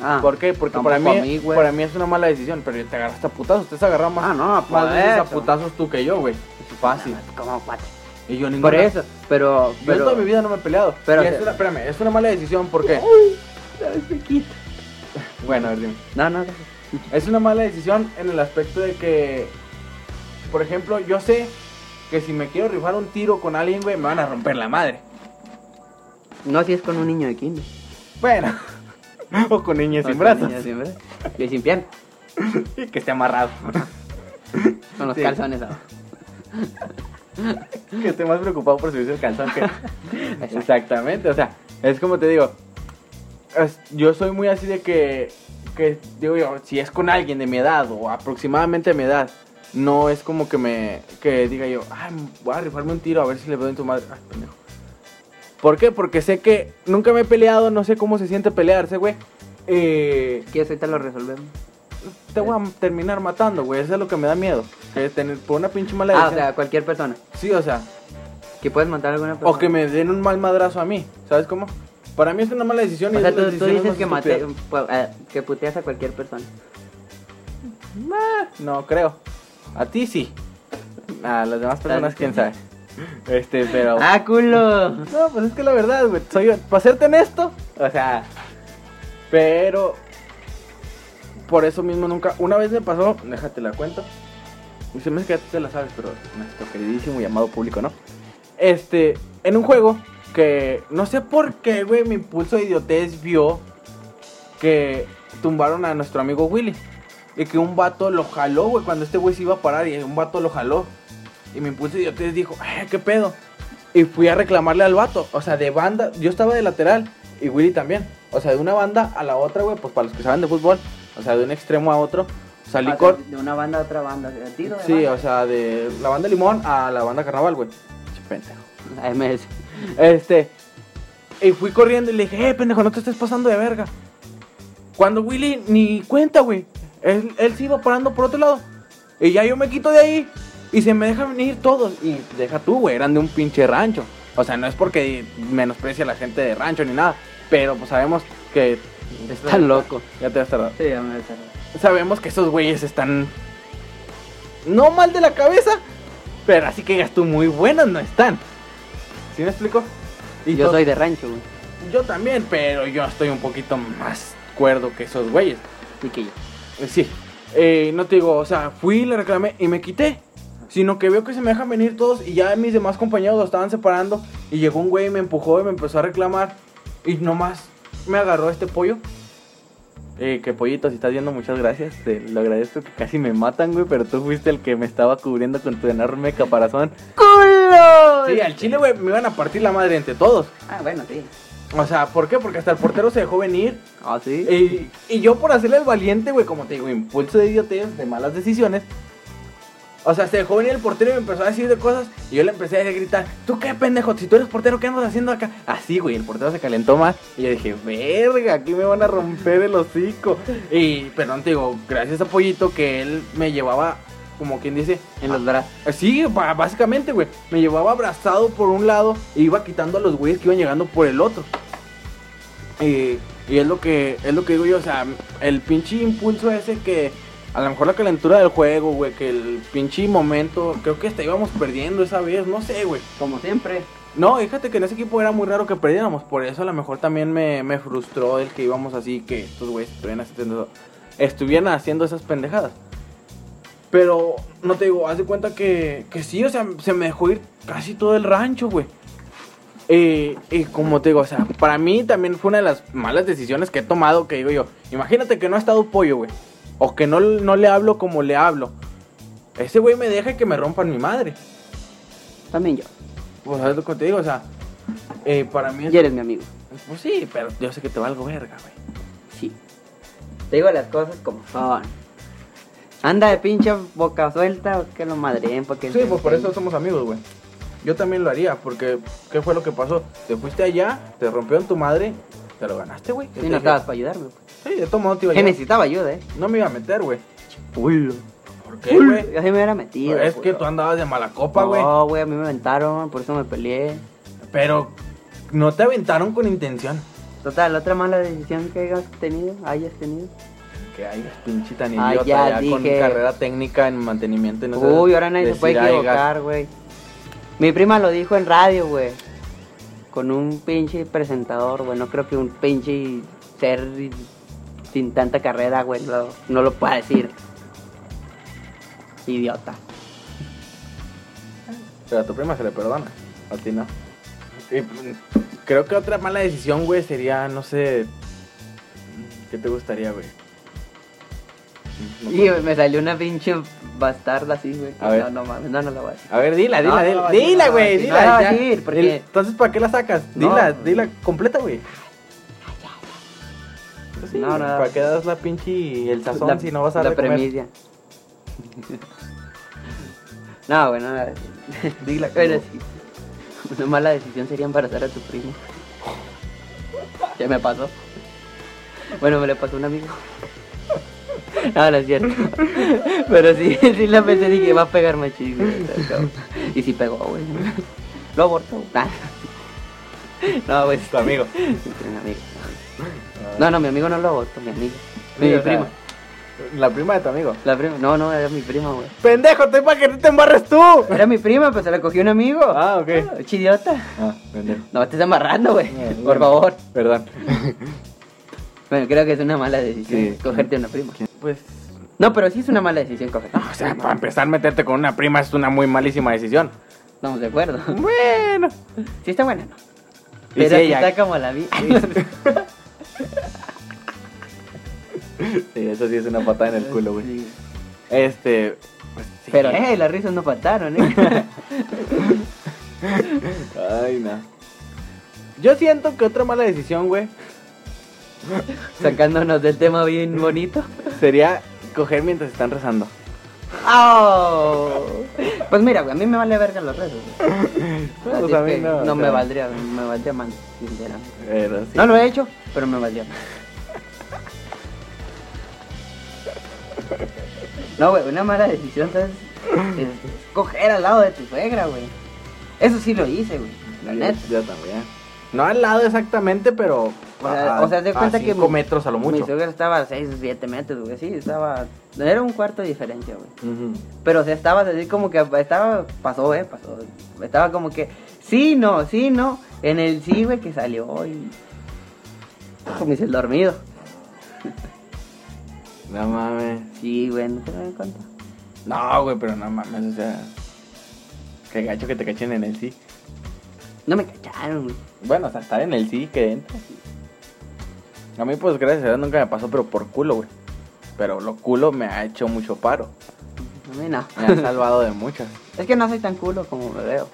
A: Ah,
B: ¿Por qué? Porque para mí,
A: tampoco a mí, güey.
B: para mí es una mala decisión, pero te agarraste a putazos. Te has agarrado más,
A: Ah, no, por
B: más veces a
A: eso.
B: putazos tú que yo, güey. Fácil.
A: Ah, Como cuatro.
B: Y yo ninguna.
A: Por eso, pero...
B: Yo
A: pero...
B: toda mi vida no me he peleado.
A: Pero-
B: Y es una, espérame, es una mala decisión, ¿por qué?
A: Uy, ay,
B: este
A: se quita.
B: Bueno, a ver, dime.
A: No, no, no.
B: Es una mala decisión en el aspecto de que, por ejemplo, yo sé que si me quiero rifar un tiro con alguien, güey, me van a romper la madre.
A: No si es con un niño de kinder.
B: Bueno. o con niños sin
A: O con
B: brazos.
A: niños sin brazos. Y sin pierna.
B: Y que esté amarrado.
A: Con los
B: Sí.
A: calzones abajo.
B: que esté más preocupado por subirse el calzón que... Exactamente, o sea, es como te digo, es- yo soy muy así de que, que digo yo, si es con alguien de mi edad o aproximadamente de mi edad, no es como que me, que diga yo, ay, voy a rifarme un tiro a ver si le veo en tu madre, ay, pendejo. ¿Por qué? Porque sé que nunca me he peleado, no sé cómo se siente pelearse, güey. Eh,
A: ¿Quieres ahorita lo resolvemos?
B: te voy a terminar matando, güey. Eso es lo que me da miedo. Que tener por una pinche mala
A: Ah, o
B: decisión.
A: sea, cualquier persona.
B: sí, o sea,
A: Que puedes matar a alguna persona.
B: O que me den un mal madrazo a mí, ¿sabes cómo? Para mí es una mala decisión y
A: O sea,
B: es de
A: tú,
B: las
A: tú
B: decisiones
A: dices
B: más
A: que, mate,
B: estúpidas.
A: pu- eh, que puteas a cualquier persona.
B: No, creo. A ti sí. A las demás personas,
A: Tal-
B: quién sabe. Este, pero.
A: ¡Ah, culo!
B: No, pues es que la verdad, güey. Soy. Para serte honesto, o sea. Pero. Por eso mismo nunca. Una vez me pasó, déjate la cuento. Y se me hace que tú te la sabes, pero nuestro queridísimo y amado público, ¿no? Este, en un juego que no sé por qué, güey, mi impulso de idiotez vio que tumbaron a nuestro amigo Willy. Y que un vato lo jaló, güey, cuando este güey se iba a parar y un vato lo jaló. Y mi impulso de idiotez dijo, "Ay, ¿qué pedo? Y fui a reclamarle al vato. O sea, de banda, yo estaba de lateral y Willy también. O sea, de una banda a la otra, güey, pues para los que saben de fútbol. O sea, de un extremo a otro. Salí
A: Ah,
B: cor-
A: de- De una banda a otra banda. de tiro de
B: Sí,
A: banda.
B: o sea, de la banda Limón a la banda Carnaval, güey. Che, pendejo.
A: AMS.
B: Este. Y fui corriendo y le dije, eh, pendejo, no te estés pasando de verga. Cuando Willy ni cuenta, güey. Él, él se iba parando por otro lado. Y ya yo me quito de ahí. Y se me dejan venir todos. Y deja tú, güey, eran de un pinche rancho. O sea, no es porque menosprecie a la gente de rancho ni nada. Pero pues sabemos que.
A: Están locos.
B: Ya te has tardado
A: Sí, AMS.
B: sabemos que esos güeyes están no mal de la cabeza, pero así que gastó muy buenos no están. ¿Sí me explico? Y
A: Yo
B: to-
A: soy de rancho, güey.
B: yo también, pero yo estoy un poquito más cuerdo que esos güeyes.
A: Y que yo.
B: Eh, Sí. Eh, no te digo, o sea, fui, le reclamé y me quité. Sino que veo que se me dejan venir todos y ya mis demás compañeros lo estaban separando. Y llegó un güey y me empujó y me empezó a reclamar. Y nomás me agarró este pollo. Eh, que pollito, si estás viendo, muchas gracias. Te lo agradezco que casi me matan, güey, pero tú fuiste el que me estaba cubriendo con tu enorme caparazón.
A: ¡Culo!
B: Sí, al chile, güey, me iban a partir la madre entre todos.
A: Ah, bueno, sí.
B: O sea, ¿por qué? Porque hasta el portero se dejó venir.
A: Ah, sí.
B: Y, y yo por hacerle el valiente, güey, como te digo, impulso de idiotez, de malas decisiones. O sea, se dejó venir el portero y me empezó a decir de cosas. Y yo le empecé a gritar, tú qué pendejo, si tú eres portero, ¿qué andas haciendo acá? Así, güey, el portero se calentó más. Y yo dije, verga, aquí me van a romper el hocico. Y, perdón, te digo, gracias a Pollito que él me llevaba, como quien dice,
A: En los
B: a-
A: brazos.
B: Sí, ba- básicamente, güey. Me llevaba abrazado por un lado e iba quitando a los güeyes que iban llegando por el otro. Y, y es lo que es lo que digo yo, o sea, el pinche impulso ese que a lo mejor la calentura del juego, güey, que el pinche momento, creo que hasta íbamos perdiendo esa vez, no sé, güey.
A: Como siempre.
B: No, fíjate que en ese equipo era muy raro que perdiéramos, por eso a lo mejor también me, me frustró el que íbamos así, que estos güeyes estuvieran haciendo, estuvieran haciendo esas pendejadas. Pero, no te digo, haz de cuenta que, que sí, o sea, se me dejó ir casi todo el rancho, güey. Eh, y como te digo, o sea, para mí también fue una de las malas decisiones que he tomado, que digo yo, imagínate que no ha estado pollo, güey. O que no, no le hablo como le hablo. Ese güey me deja que me rompan mi madre.
A: También yo.
B: Pues es lo que te digo, o sea, eh, para mí es...
A: Y eres mi amigo.
B: Pues sí, pero yo sé que te valgo verga, güey.
A: Sí. Te digo las cosas como son. Anda de pinche boca suelta que lo madreen porque
B: Sí, pues por eso somos amigos, güey. Yo también lo haría, porque ¿qué fue lo que pasó? Te fuiste allá, te rompieron tu madre, te lo ganaste, güey. Yo
A: Sí,
B: te
A: no
B: dije-
A: estabas para ayudarme. pues.
B: Sí, de todo modo te iba a
A: Que
B: llevar.
A: necesitaba ayuda, eh.
B: No me iba a meter, güey.
A: Uy,
B: ¿Por qué, güey?
A: Yo sí me hubiera metido.
B: Es
A: pues.
B: que tú andabas de mala copa, güey.
A: No, güey, a mí me aventaron, por eso me peleé.
B: Pero no te aventaron con intención.
A: Total, otra mala decisión que hayas tenido, hayas tenido.
B: Que hay pinche tan
A: Ah,
B: idiota
A: ya
B: ya con
A: dije.
B: carrera técnica en mantenimiento. y no sabes
A: Uy, ahora nadie se
B: decir,
A: puede
B: "Ay, gas".
A: equivocar, güey. Mi prima lo dijo en radio, güey. Con un pinche presentador, güey. No creo que un pinche ser sin tanta carrera, güey, no, no lo pueda decir. Idiota.
B: Pero a tu prima se le perdona, a ti no. Y, mm, creo que otra mala decisión, güey, sería, no sé. mm, ¿Qué te gustaría, güey? No
A: Y
B: sé.
A: me salió una pinche bastarda así, güey.
B: A ver.
A: No, no mames, no, no la voy a decir.
B: A ver, dila,
A: No,
B: dila,
A: no la va
B: dila,
A: a decir, no la
B: dila,
A: va a
B: güey,
A: decir, no la
B: dila.
A: va a
B: ya.
A: decir, porque-
B: El- Entonces, ¿para qué la sacas?
A: No.
B: Dila, dila, completa, güey. Pues Sí,
A: No, no, no.
B: ¿Para qué das la pinche el tazón si no vas a
A: La
B: darle comer?
A: premisa. no, güey, no la voy a decir.
B: Dila,
A: Bueno,
B: como-
A: sí. Una mala decisión sería embarazar a tu primo. Ya me pasó. Bueno, me le pasó a un amigo. No, no es cierto. Pero sí, sí la pensé, dije, va a pegar machín. güey, o sea, como- Y sí pegó, güey. Lo abortó. Ah, Nah. No, güey.
B: tu amigo.
A: Un amigo. No, no, mi amigo no lo abortó, mi amigo.
B: Sí,
A: Mi
B: o sea,
A: prima.
B: La prima de tu amigo.
A: La prima. No, no, era mi prima, güey.
B: ¡Pendejo, estoy para que no te embarres tú!
A: Era mi prima, pues se la cogió un amigo.
B: Ah, ok.
A: Chidiota.
B: Ah, pendejo.
A: No me estés amarrando, güey.
B: Bien,
A: Por
B: bien.
A: favor.
B: Perdón.
A: Bueno, creo que es una mala decisión
B: Sí.
A: cogerte una prima.
B: Pues.
A: No, pero sí es una mala decisión cogerte.
B: O sea, para empezar a meterte con una prima es una muy malísima decisión.
A: Estamos de acuerdo.
B: Bueno.
A: Sí está buena, ¿no?
B: Y
A: Pero
B: si
A: sí
B: ella-
A: está como la vi.
B: Sí, eso sí es una patada en el culo, güey.
A: Sí.
B: Este. pues, sí.
A: Pero, eh, las risas no faltaron, eh.
B: Ay, no. Yo siento que otra mala decisión, güey,
A: Sacándonos del tema bien bonito.
B: sería coger mientras están rezando.
A: ¡Oh! Pues mira, güey, a mí me vale verga los rezos. güey.
B: Pues,
A: Así
B: a
A: es
B: mí
A: que
B: no,
A: no,
B: o sea.
A: me valdría, me valdría mal, sinceramente.
B: Pero sí.
A: No lo he hecho, pero me valió. No, güey, una mala decisión ¿sabes? es coger al lado de tu suegra, güey. Eso sí lo hice, güey. La
B: Yo-
A: neta.
B: Yo también. No al lado exactamente, pero.
A: O sea, o sea, de cuenta que
B: Ah, Cinco
A: mi-
B: metros a lo
A: Mi
B: mucho.
A: suegra estaba a 6 o 7 metros, güey. Sí, estaba. Era un cuarto de diferencia, güey.
B: Ujú.
A: Pero o sea, estaba así como que. Estaba. Pasó, eh, pasó. Estaba como que. Sí, no, sí, no. En el sí, güey, que salió y. pues, Me hice el dormido.
B: No mames.
A: Sí, güey, no te me cuenta.
B: No, güey, pero no mames, o sea. Qué gacho que te cachen en el sí.
A: No me cacharon, güey.
B: Bueno, o sea, estar en el sí que entra. A mí, pues, gracias a Dios nunca me pasó, pero por culo, güey. Pero lo culo me ha hecho mucho paro.
A: A mí no.
B: Me ha salvado de muchas.
A: es que no soy tan culo como me veo.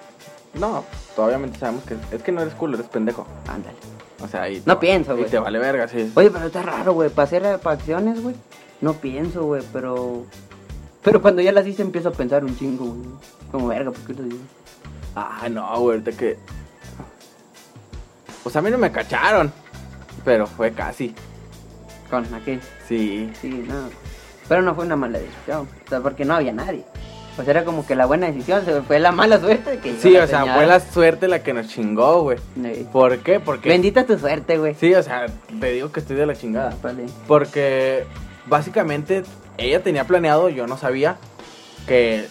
B: No, pues, obviamente sabemos que es que no eres culo, eres pendejo.
A: Ándale.
B: O sea, ahí.
A: No pienso,
B: Y
A: güey.
B: te vale verga, sí.
A: Oye, pero está raro, güey. Para hacer eh, pa' acciones, güey. No pienso, güey, pero. Pero cuando ya las hice empiezo a pensar un chingo, güey. Como verga, ¿por qué lo digo?
B: Ah, no, güey, ahorita que. Pues a mí no me cacharon. Pero fue casi.
A: Con aquel.
B: Sí.
A: Sí, no. Pero no fue una mala decisión. O sea, porque no había nadie. O sea, era como que la buena decisión se fue la mala suerte que yo
B: Sí,
A: la
B: o sea,
A: tenía.
B: fue la suerte la que nos chingó, güey.
A: Sí.
B: ¿Por qué? Porque.
A: Bendita tu suerte, güey. Pues
B: Sí, o sea, te digo que estoy de la chingada.
A: Vale.
B: Porque básicamente ella tenía planeado, yo no sabía, que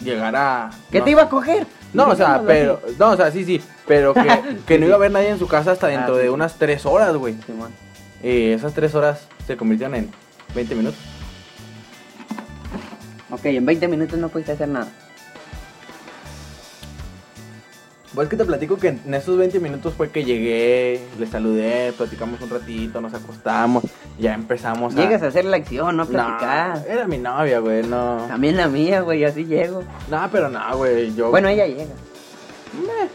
B: llegara.
A: ¿Qué
B: no-
A: te iba a coger?
B: No, o sea,
A: Digámoslo
B: pero.
A: así.
B: No, o sea, sí, sí. Pero que, que no iba a haber nadie en su casa hasta dentro
A: Ah, sí.
B: de unas tres horas, güey.
A: Simón.
B: Y esas tres horas se convirtieron en 20 minutos.
A: Ok, en 20 minutos no pudiste hacer nada.
B: Pues que te platico que en esos 20 minutos fue que llegué, le saludé, platicamos un ratito, nos acostamos, ya empezamos a.
A: Llegas a hacer la acción, no platicar. Ah.
B: No, era mi novia, güey, no.
A: También la mía, güey, yo así llego.
B: No, pero no, güey, yo.
A: Bueno, ella llega.
B: Meh.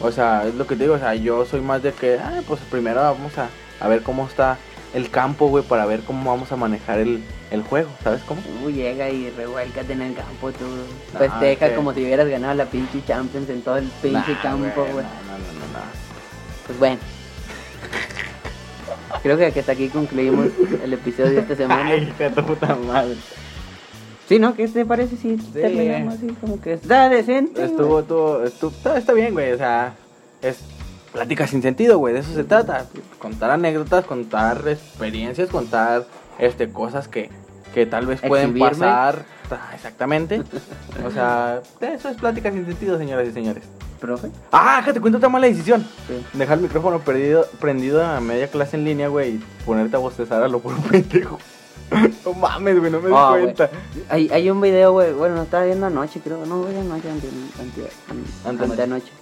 B: O sea, es lo que te digo, o sea, yo soy más de que, ah, pues primero vamos a, a ver cómo está el campo, güey, para ver cómo vamos a manejar el, el juego, ¿sabes cómo?
A: Tú llega y revuélcate en el campo, tú.
B: No,
A: Pues te deja
B: que-
A: como si hubieras ganado la pinche Champions en todo el pinche
B: Nah,
A: campo,
B: No,
A: güey.
B: no, no, no, no.
A: Pues bueno. Creo que hasta aquí concluimos el episodio de esta semana.
B: Ay, hija de tu puta madre.
A: Sí, ¿no? ¿Qué te parece si terminamos así? Como que está decente.
B: Estuvo, estuvo, estuvo, está, está bien, güey, o sea, es plática sin sentido, güey, de eso se trata. Contar anécdotas, contar experiencias, contar, este, cosas que, que tal vez pueden
A: Exhibirme.
B: pasar. Ah, Exactamente. O sea, eso es plática sin sentido, señoras y señores.
A: güey. Profe.
B: Ah, ja, te cuento otra mala decisión.
A: Sí.
B: Dejar el micrófono perdido, prendido a media clase en línea, güey, y ponerte a bostezar a lo puro pendejo. No mames, güey, no me
A: Ah,
B: di
A: güey.
B: cuenta.
A: Hay, hay un video, güey, bueno, lo estaba viendo anoche, creo, no, güey, anoche, ante, ante,
B: Antenoche.
A: antenoche.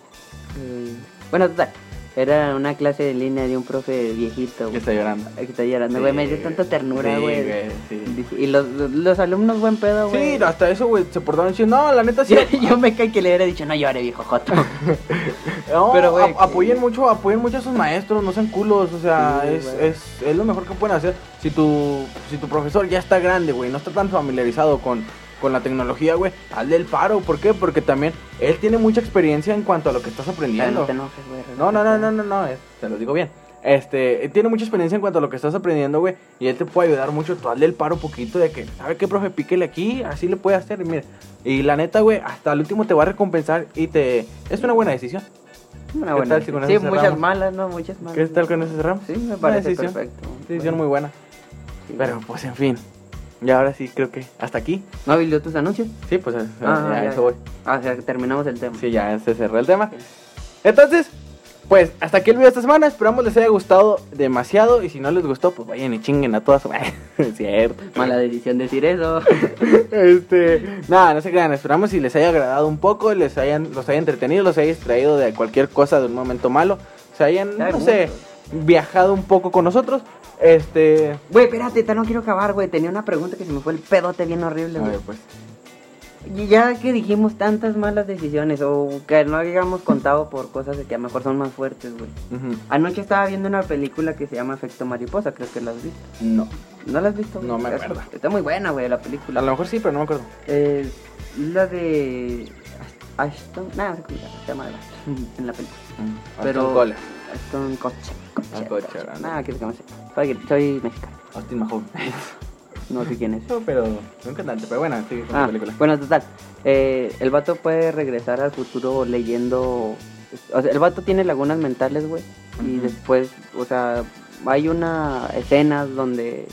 A: Eh, bueno, total, era una clase de línea de un profe viejito,
B: Ya
A: güey,
B: está llorando.
A: que está llorando, güey, me dio tanta ternura,
B: Sí,
A: güey.
B: sí.
A: Y los, los, los alumnos, buen pedo, güey.
B: Sí, hasta eso, güey, se portaron chido. No, la neta sí.
A: Yo me caí que le hubiera dicho, no llore, viejo Joto.
B: No,
A: Pero, güey,
B: ap- apoyen
A: que-
B: mucho, apoyen mucho a sus maestros, no sean culos, o sea,
A: Sí,
B: es,
A: güey.
B: es, es lo mejor que pueden hacer. Si tu, si tu profesor ya está grande, güey, no está tan familiarizado con, con la tecnología, güey, hazle el paro, ¿por qué? Porque también él tiene mucha experiencia en cuanto a lo que estás
A: Pero
B: aprendiendo.
A: no te enojes, güey.
B: No, no, no, no, no, no, es- te lo digo bien. Este, él tiene mucha experiencia en cuanto a lo que estás aprendiendo, güey, y él te puede ayudar mucho. Tú hazle el paro poquito de que, ¿sabe qué, profe? Píquele aquí, así le puede hacer, y mira. Y la neta, güey, hasta el último te va a recompensar y te... Es una buena decisión.
A: Una
B: ¿Qué
A: buena.
B: tal si con
A: sí,
B: eso
A: muchas
B: cerramos?
A: malas, no, muchas malas.
B: ¿Qué tal con ese cerramos?
A: Sí, me
B: Una
A: parece
B: decisión,
A: perfecto.
B: una Decisión
A: Bueno,
B: muy buena.
A: sí.
B: Pero pues en fin. Y ahora sí creo que hasta aquí.
A: ¿No habilitó tus anuncios?
B: Sí, pues eh,
A: Ah,
B: ya,
A: ya,
B: eso voy.
A: Ah, o sea, que terminamos el tema.
B: Sí, ya se cerró el tema. Entonces, pues hasta aquí el video de esta semana. Esperamos les haya gustado demasiado. Y si no les gustó, pues vayan y chinguen a todas. Es cierto.
A: Mala decisión decir eso.
B: Este, nada, no se crean. Esperamos si les haya agradado un poco, les hayan, los haya entretenido, los haya distraído de cualquier cosa de un momento malo. Se hayan,
A: Hay
B: no sé, viajado un poco con nosotros. Este.
A: Güey, espérate, te no quiero acabar, güey. Tenía una pregunta que se me fue el pedote bien horrible,
B: A
A: güey.
B: ver, pues.
A: Y ya que dijimos tantas malas decisiones o que no habíamos contado por cosas que a lo mejor son más fuertes, güey.
B: Ujú.
A: Anoche estaba viendo una película que se llama Efecto Mariposa, creo que la has visto.
B: No.
A: ¿No la has visto? güey?
B: No me
A: Es-
B: acuerdo.
A: Está muy buena, güey, la
B: A
A: película.
B: lo mejor sí, pero no me acuerdo.
A: Eh, la de Ast- Ashton, nada, no sé cómo se llama, se llama Ashton en la película. Pero-
B: Mm. Austin Cole,
A: Ashton Kutcher, Kutcher,
B: Ah, Kutcher,
A: Kutcher.
B: ándale.
A: Nada, que se llama así. Soy, soy mexicano,
B: Austin Mahone.
A: no sé quién es.
B: No, pero un cantante, pero bueno, sigue con
A: Ah,
B: la película.
A: bueno, total. Eh, el vato puede regresar al futuro leyendo. O sea, el vato tiene lagunas mentales, güey. Y
B: Ujú.
A: después, o sea, hay una escena donde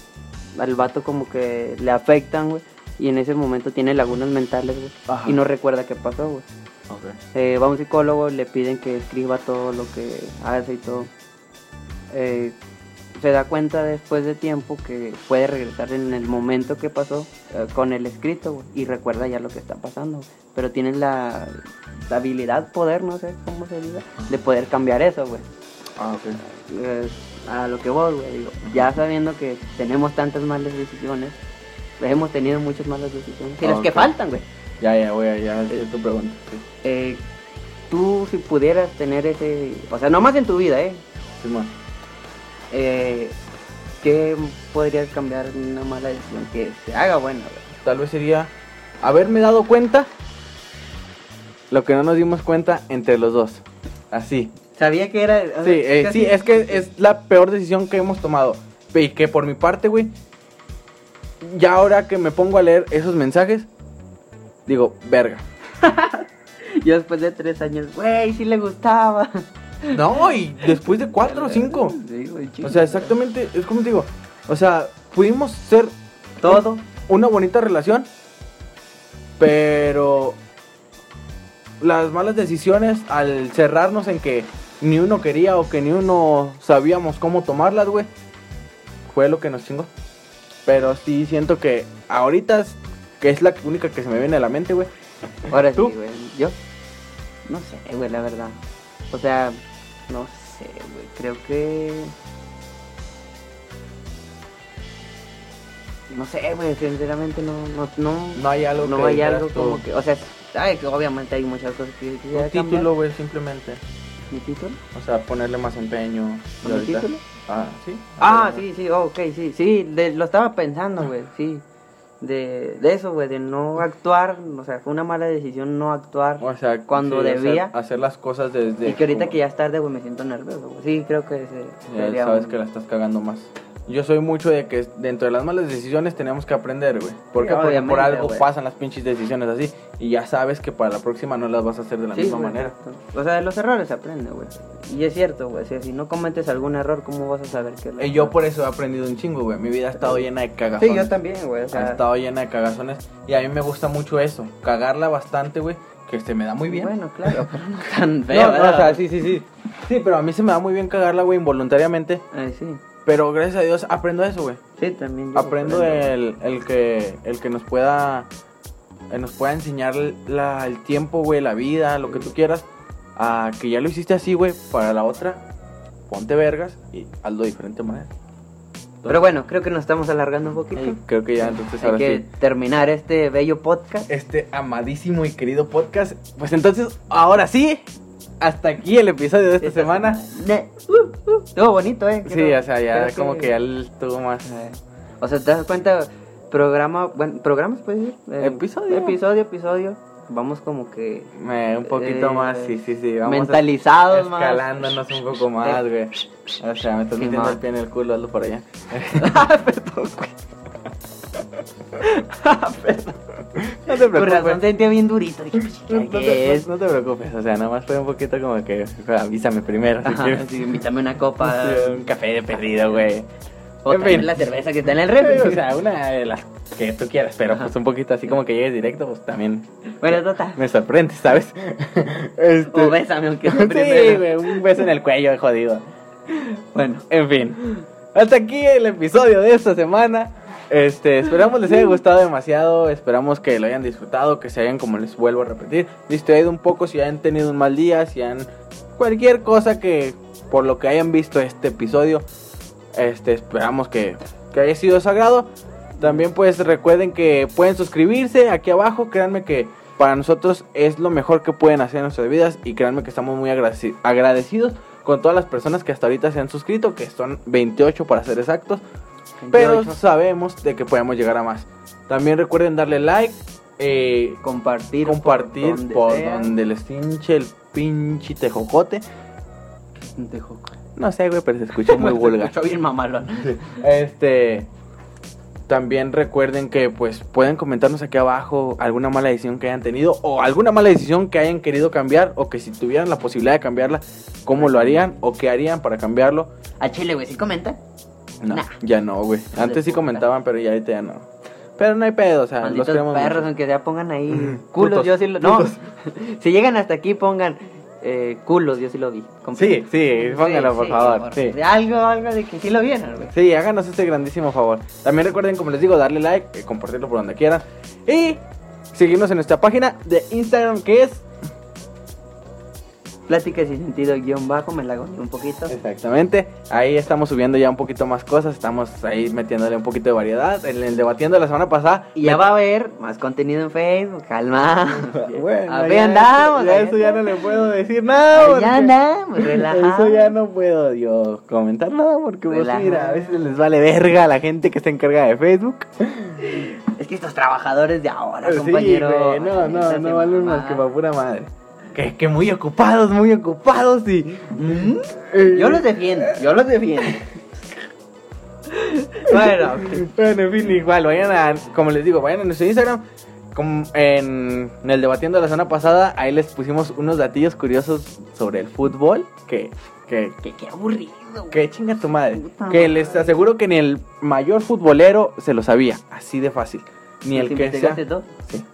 A: al vato como que le afectan, güey. Y en ese momento tiene lagunas mentales, güey.
B: Ajá.
A: Y no recuerda qué pasó, güey.
B: Ok.
A: Eh, va un psicólogo, le piden que escriba todo lo que hace y todo. Eh, se da cuenta después de tiempo que puede regresar en el momento que pasó eh, con el escrito güey, y recuerda ya lo que está pasando. güey. Pero tiene la, la habilidad, poder, no sé cómo se diga, de poder cambiar eso, güey.
B: Ah, ok.
A: Eh, a lo que voy, güey, digo, ya sabiendo que tenemos tantas malas decisiones, hemos tenido muchas malas decisiones, y
B: Ah,
A: las que
B: ok.
A: faltan, güey.
B: Ya, ya, güey, ya, ya tu pregunta. Sí.
A: Eh, tú si pudieras tener ese, o sea, no más en tu vida, ¿eh?
B: Simón.
A: eh ¿Qué podrías cambiar en una mala decisión que se haga buena, güey?
B: Tal vez sería haberme dado cuenta lo que no nos dimos cuenta entre los dos. Así.
A: Sabía que era...
B: Sí, eh, sí, es que es la peor decisión que hemos tomado. Y que por mi parte, güey, ya ahora que me pongo a leer esos mensajes, digo, verga.
A: Yo después de tres años, güey, sí le gustaba.
B: No, y después de cuatro o cinco.
A: Sí, güey,
B: O sea, exactamente, es como te digo, o sea, pudimos ser
A: Todo.
B: una bonita relación, pero las malas decisiones al cerrarnos en que ni uno quería o que ni uno sabíamos cómo tomarlas, güey, fue lo que nos chingó. Pero sí siento que ahorita es, que es la única que se me viene a la mente, güey.
A: Ahora
B: ¿Tú?
A: sí, güey. ¿Yo? No sé, güey, la verdad. O sea, no sé, güey. Creo que. No sé, güey, sinceramente no. No, no,
B: No hay algo
A: no
B: que
A: hay
B: dijeras
A: algo
B: tú.
A: como que. O sea, sabe que obviamente hay muchas cosas que yo quisiera
B: Un título,
A: cambiar.
B: güey, simplemente.
A: ¿Mi título?
B: O sea, ponerle más empeño.
A: ¿A
B: Y
A: mi
B: ahorita-
A: título?
B: Ah, sí.
A: Ah, sí, sí, oh, ok, sí, sí, de- lo estaba pensando, güey, sí. De, de eso, güey, de no actuar, o sea, fue una mala decisión no actuar.
B: O sea,
A: Cuando
B: sí, hacer-
A: debía.
B: Hacer, las cosas desde.
A: y que ahorita
B: Pues, como-
A: que ya es tarde, güey, me siento nervioso, güey. Sí, creo que ese
B: Ya
A: sería
B: sabes
A: un-
B: que la estás cagando más. Yo soy mucho de que dentro de las malas decisiones tenemos que aprender, güey. ¿Por
A: Sí,
B: qué? Porque por
A: obviamente,
B: algo
A: güey.
B: pasan las pinches decisiones así. Y ya sabes que para la próxima no las vas a hacer de la
A: Sí,
B: misma
A: güey,
B: manera.
A: exacto. O sea, de los errores se aprende, güey. Y es cierto, güey, o sea, si no cometes algún error, ¿cómo vas a saber que lo
B: Y yo por eso he aprendido un chingo, güey. Mi vida ha estado llena de cagazones.
A: Sí, yo también, güey, o
B: Ha
A: sea...
B: estado llena de cagazones. Y a mí me gusta mucho eso. Cagarla bastante, güey. Que se me da muy bien.
A: Bueno, claro, pero no tan feo,
B: no, no, o
A: ¿verdad?
B: sea, sí, sí, sí. Sí, pero a mí se me da muy bien cagarla, güey, involuntariamente.
A: Ay, sí.
B: Pero gracias a Dios aprendo eso, güey.
A: Sí, también yo
B: aprendo
A: güey.
B: el, el que el que nos pueda eh, nos pueda enseñar la- el tiempo güey la vida lo que tú quieras a que ya lo hiciste así güey para la otra ponte vergas y hazlo de diferente manera
A: Pero bueno, creo que nos estamos alargando un poquito.
B: Y creo que ya entonces
A: Hay
B: ahora
A: que
B: sí
A: terminar este bello podcast.
B: este amadísimo y querido podcast pues entonces ahora sí hasta aquí el episodio de esta, semana
A: Ne- uh, uh, Estuvo bonito, ¿eh?
B: sí
A: Creo-
B: o sea ya
A: creo
B: como que ya estuvo más
A: Eh, O sea, te das cuenta, programa, bueno, programas puedes decir. Eh,
B: Episodio.
A: Episodio, episodio. Vamos como que
B: eh, un poquito
A: Eh,
B: más sí sí sí vamos a-
A: mentalizados más. Eh,
B: Escalándonos un poco más, güey. O sea, me estás
A: Qué
B: metiendo
A: mal.
B: el pie en el culo, hazlo por allá.
A: Perdón, güey.
B: No te
A: Con razón
B: preocupes.
A: sentía bien durito. Dije,
B: No,
A: "Ay,
B: no
A: ¿qué
B: te,
A: es?
B: no te preocupes, o sea, nada más fue un poquito como que avísame primero si
A: Ajá,
B: quieres.
A: sí, invítame una copa.
B: Sí, Un café de perdido, güey.
A: o
B: en
A: también
B: fin.
A: la cerveza que está en el
B: Sí,
A: refri.
B: O sea, una de las que tú quieras, pero
A: Ajá.
B: pues un poquito así como que llegues directo, pues también
A: bueno, total.
B: me sorprende, ¿sabes? Este-
A: O bésame, aunque sea
B: Sí,
A: primero.
B: güey, un beso en el cuello, jodido.
A: Bueno,
B: En fin, hasta aquí el episodio de esta semana. Este, esperamos les haya gustado demasiado, esperamos que lo hayan disfrutado, que se hayan, como les vuelvo a repetir, distraído un poco si han tenido un mal día, si han cualquier cosa que por lo que hayan visto este episodio, este, esperamos que, que haya sido de su agrado. También pues recuerden que pueden suscribirse aquí abajo, créanme que para nosotros es lo mejor que pueden hacer en nuestras vidas y créanme que estamos muy agradeci- agradecidos con todas las personas que hasta ahorita se han suscrito, que son 28 para ser exactos, pero
A: 28.
B: sabemos de que podemos llegar a más. También recuerden darle like, eh,
A: compartir. por
B: compartir
A: donde
B: por
A: sea.
B: donde les pinche el pinche tejocote.
A: Te joco.
B: No sé, güey, pero se escucha muy vulgar.
A: Escuchó bien mamalón.
B: Este. También recuerden que pues pueden comentarnos aquí abajo alguna mala decisión que hayan tenido o alguna mala decisión que hayan querido cambiar o que si tuvieran la posibilidad de cambiarla, cómo lo harían o qué harían para cambiarlo.
A: A Chile, güey, ¿sí comenta?
B: No,
A: Nah.
B: ya no, güey.
A: de
B: Antes sí
A: puta.
B: comentaban, pero ya ahorita ya no. Pero no hay pedo, o sea,
A: Malditos
B: los queremos
A: perros,
B: mucho.
A: aunque ya pongan ahí
B: Mm,
A: culos,
B: putos,
A: yo sí lo... No,
B: putos.
A: si llegan hasta aquí pongan eh, culos, yo sí lo vi.
B: Sí, sí, pónganlo,
A: Sí,
B: por
A: sí,
B: favor. Sí.
A: Algo, algo de que sí lo vieron, güey.
B: Sí, háganos este grandísimo favor. También recuerden, como les digo, darle like, eh, compartirlo por donde quieran. Y seguirnos en nuestra página de Instagram que es
A: Plática sin sentido guión bajo, me la goñé un poquito.
B: Exactamente, ahí estamos subiendo ya un poquito más cosas, estamos ahí metiéndole un poquito de variedad. En el debatiendo la semana pasada.
A: Y ya va a haber más contenido en Facebook, calma.
B: Bueno,
A: A ver,
B: ya-
A: andamos,
B: ya
A: ahí
B: eso ya no le puedo decir nada. porque-
A: Ya andamos, relajado.
B: Eso ya no puedo yo comentar nada porque pues,
A: Relajado.
B: mira, a veces les vale verga a la gente que se encarga de Facebook.
A: Es que estos trabajadores de ahora,
B: Sí,
A: compañero.
B: güey, no, no,
A: hacen
B: no valen más
A: mamadas.
B: que para pura madre. Que, que muy ocupados, muy ocupados y... eh,
A: Yo los defiendo, yo los defiendo. bueno, ok.
B: Bueno, en fin, igual, vayan a, como les digo, vayan a nuestro Instagram. Como en, en el debatiendo de la semana pasada, ahí les pusimos unos datillos curiosos sobre el fútbol. Que, que,
A: que qué aburrido. güey.
B: que chinga tu madre.
A: Puta
B: Que
A: madre.
B: les aseguro que ni el mayor futbolero se lo sabía, así de fácil. Ni el
A: ¿Te
B: que sea.
A: investigaste todo?
B: Sí.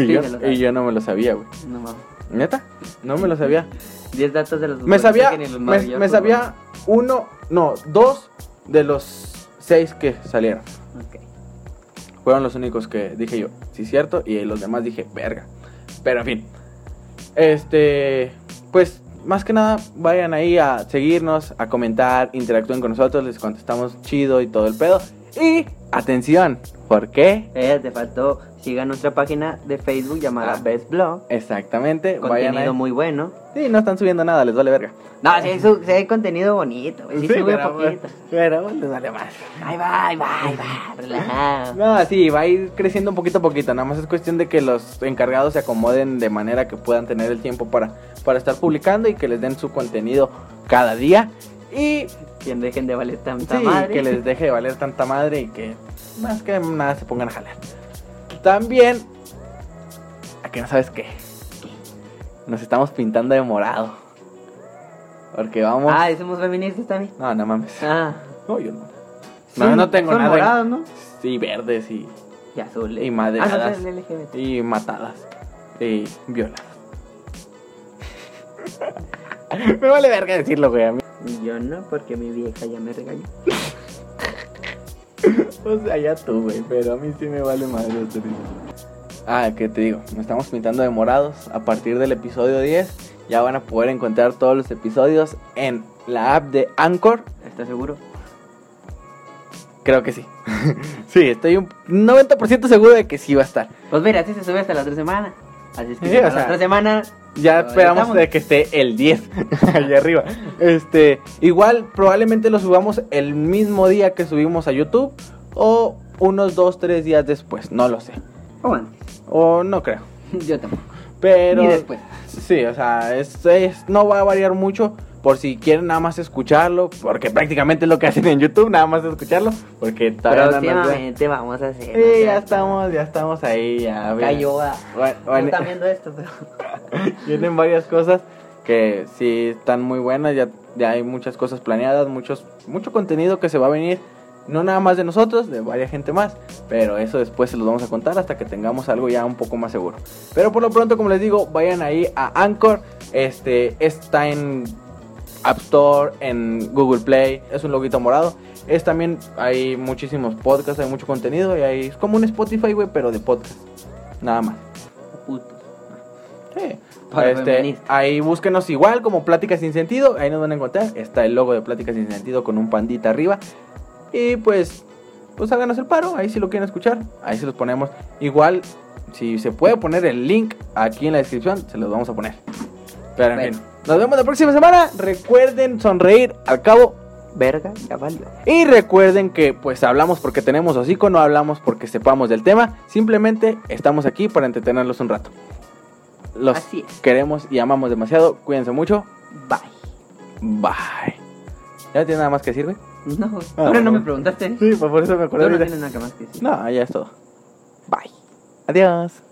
B: y, yo,
A: te lo
B: y
A: sabes.
B: yo no me lo sabía, güey.
A: No mames.
B: ¿Neta? No me lo sabía.
A: 10 datos de los
B: Me
A: futbolistas
B: sabía,
A: que ni los
B: me,
A: mayor
B: me sabía uno, no, dos de los seis que salieron.
A: futbolista. Ok.
B: Fueron los únicos que dije yo, sí, cierto. Y los demás dije, verga. Pero en fin. Este. Pues más que nada, vayan ahí a seguirnos, a comentar, interactúen con nosotros. Les contestamos chido y todo el pedo. Y atención, ¿por qué?
A: Eh, te faltó. Siga nuestra página de Facebook llamada
B: Ah.
A: Best Blog.
B: Exactamente, vayan
A: Contenido
B: ahí.
A: muy bueno.
B: Sí, no están subiendo nada, les vale verga.
A: No, sí, su- sí hay contenido bonito. güey, Sí, sube
B: pero, pues,
A: poquito.
B: pero les vale más.
A: Ahí va, ahí va, ahí va. Relajado.
B: No, sí, va a ir creciendo un poquito a poquito. Nada más es cuestión de que los encargados se acomoden de manera que puedan tener el tiempo para, para estar publicando y que les den su contenido cada día. Y
A: Que dejen de valer tanta
B: sí,
A: madre.
B: que les deje de valer tanta madre y que más que nada se pongan a jalar. También, a que no sabes qué, nos estamos pintando de morado. Porque vamos.
A: Ah, ¿y somos feministas también.
B: No, no mames.
A: Ah.
B: No, yo no.
A: Sí,
B: No, no tengo
A: son
B: nada. en-
A: morados, ¿no?
B: Sí, verdes y,
A: Y azules.
B: y maderadas.
A: Ah, no, son LGBT.
B: y matadas y violadas. me vale verga decirlo, güey. A mí.
A: Y Yo no, porque mi vieja ya me regañó.
B: O sea, ya tú, güey, pero a mí sí me vale madre decirlo. Ah, que te digo, nos estamos pintando de morados. A partir del episodio 10 ya van a poder encontrar todos los episodios en la app de Anchor.
A: ¿Estás seguro?
B: Creo que sí. sí, estoy un 90% seguro de que sí va a estar.
A: Pues mira, así se sube hasta la otra semana. Así es que
B: Sí,
A: si
B: o
A: para
B: sea,
A: la otra semana.
B: Ya
A: Ahí
B: esperamos
A: estamos.
B: de que esté el 10 allá arriba. Este, igual probablemente lo subamos el mismo día que subimos a YouTube o unos 2 3 días después, no lo sé.
A: O antes.
B: O no creo.
A: Yo tampoco.
B: Pero
A: Y después.
B: Sí, o sea, es- es- no va a variar mucho por si quieren nada más escucharlo, porque prácticamente es lo que hacen en YouTube, nada más escucharlo, porque todavía no nos ve.
A: Próximamente vamos a hacer.
B: Sí, ya estamos, ya estamos ahí, ya. mira.
A: Cayó a.
B: Bueno,
A: No
B: bueno.
A: están viendo esto, pero.
B: Tienen varias cosas que sí están muy buenas, ya, ya hay muchas cosas planeadas, muchos, mucho contenido que se va a venir, no nada más de nosotros, de varias gente más, pero eso después se los vamos a contar hasta que tengamos algo ya un poco más seguro. Pero por lo pronto, como les digo, vayan ahí a Anchor, este está en App Store, en Google Play, es un loguito morado. Es también, hay muchísimos podcasts, hay mucho contenido y hay, es como un Spotify, güey, pero de podcast. Nada más.
A: Puto.
B: Sí.
A: Para
B: Este,
A: feministas.
B: ahí búsquenos igual como Pláticas Sin Sentido. Ahí nos van a encontrar. Está el logo de Pláticas Sin Sentido con un pandita arriba. Y pues, pues háganos el paro. Ahí si lo quieren escuchar, ahí se los ponemos. Igual, si se puede poner el link aquí en la descripción, se los vamos a poner. Pero en
A: Bueno.
B: fin, nos vemos la próxima semana. Recuerden sonreír al cabo.
A: Verga, ya valió.
B: Y recuerden que pues hablamos porque tenemos hocico, no hablamos porque sepamos del tema, simplemente estamos aquí para entretenerlos un rato. Los
A: Así es.
B: queremos y amamos demasiado, cuídense mucho,
A: Bye.
B: bye. ¿Ya no tiene nada más que decir, güey?
A: No,
B: Ah,
A: ahora no
B: bueno.
A: me preguntaste.
B: pues, por eso me
A: Tú no tienes nada que más que decir.
B: No, ya es todo. Bye. Adiós.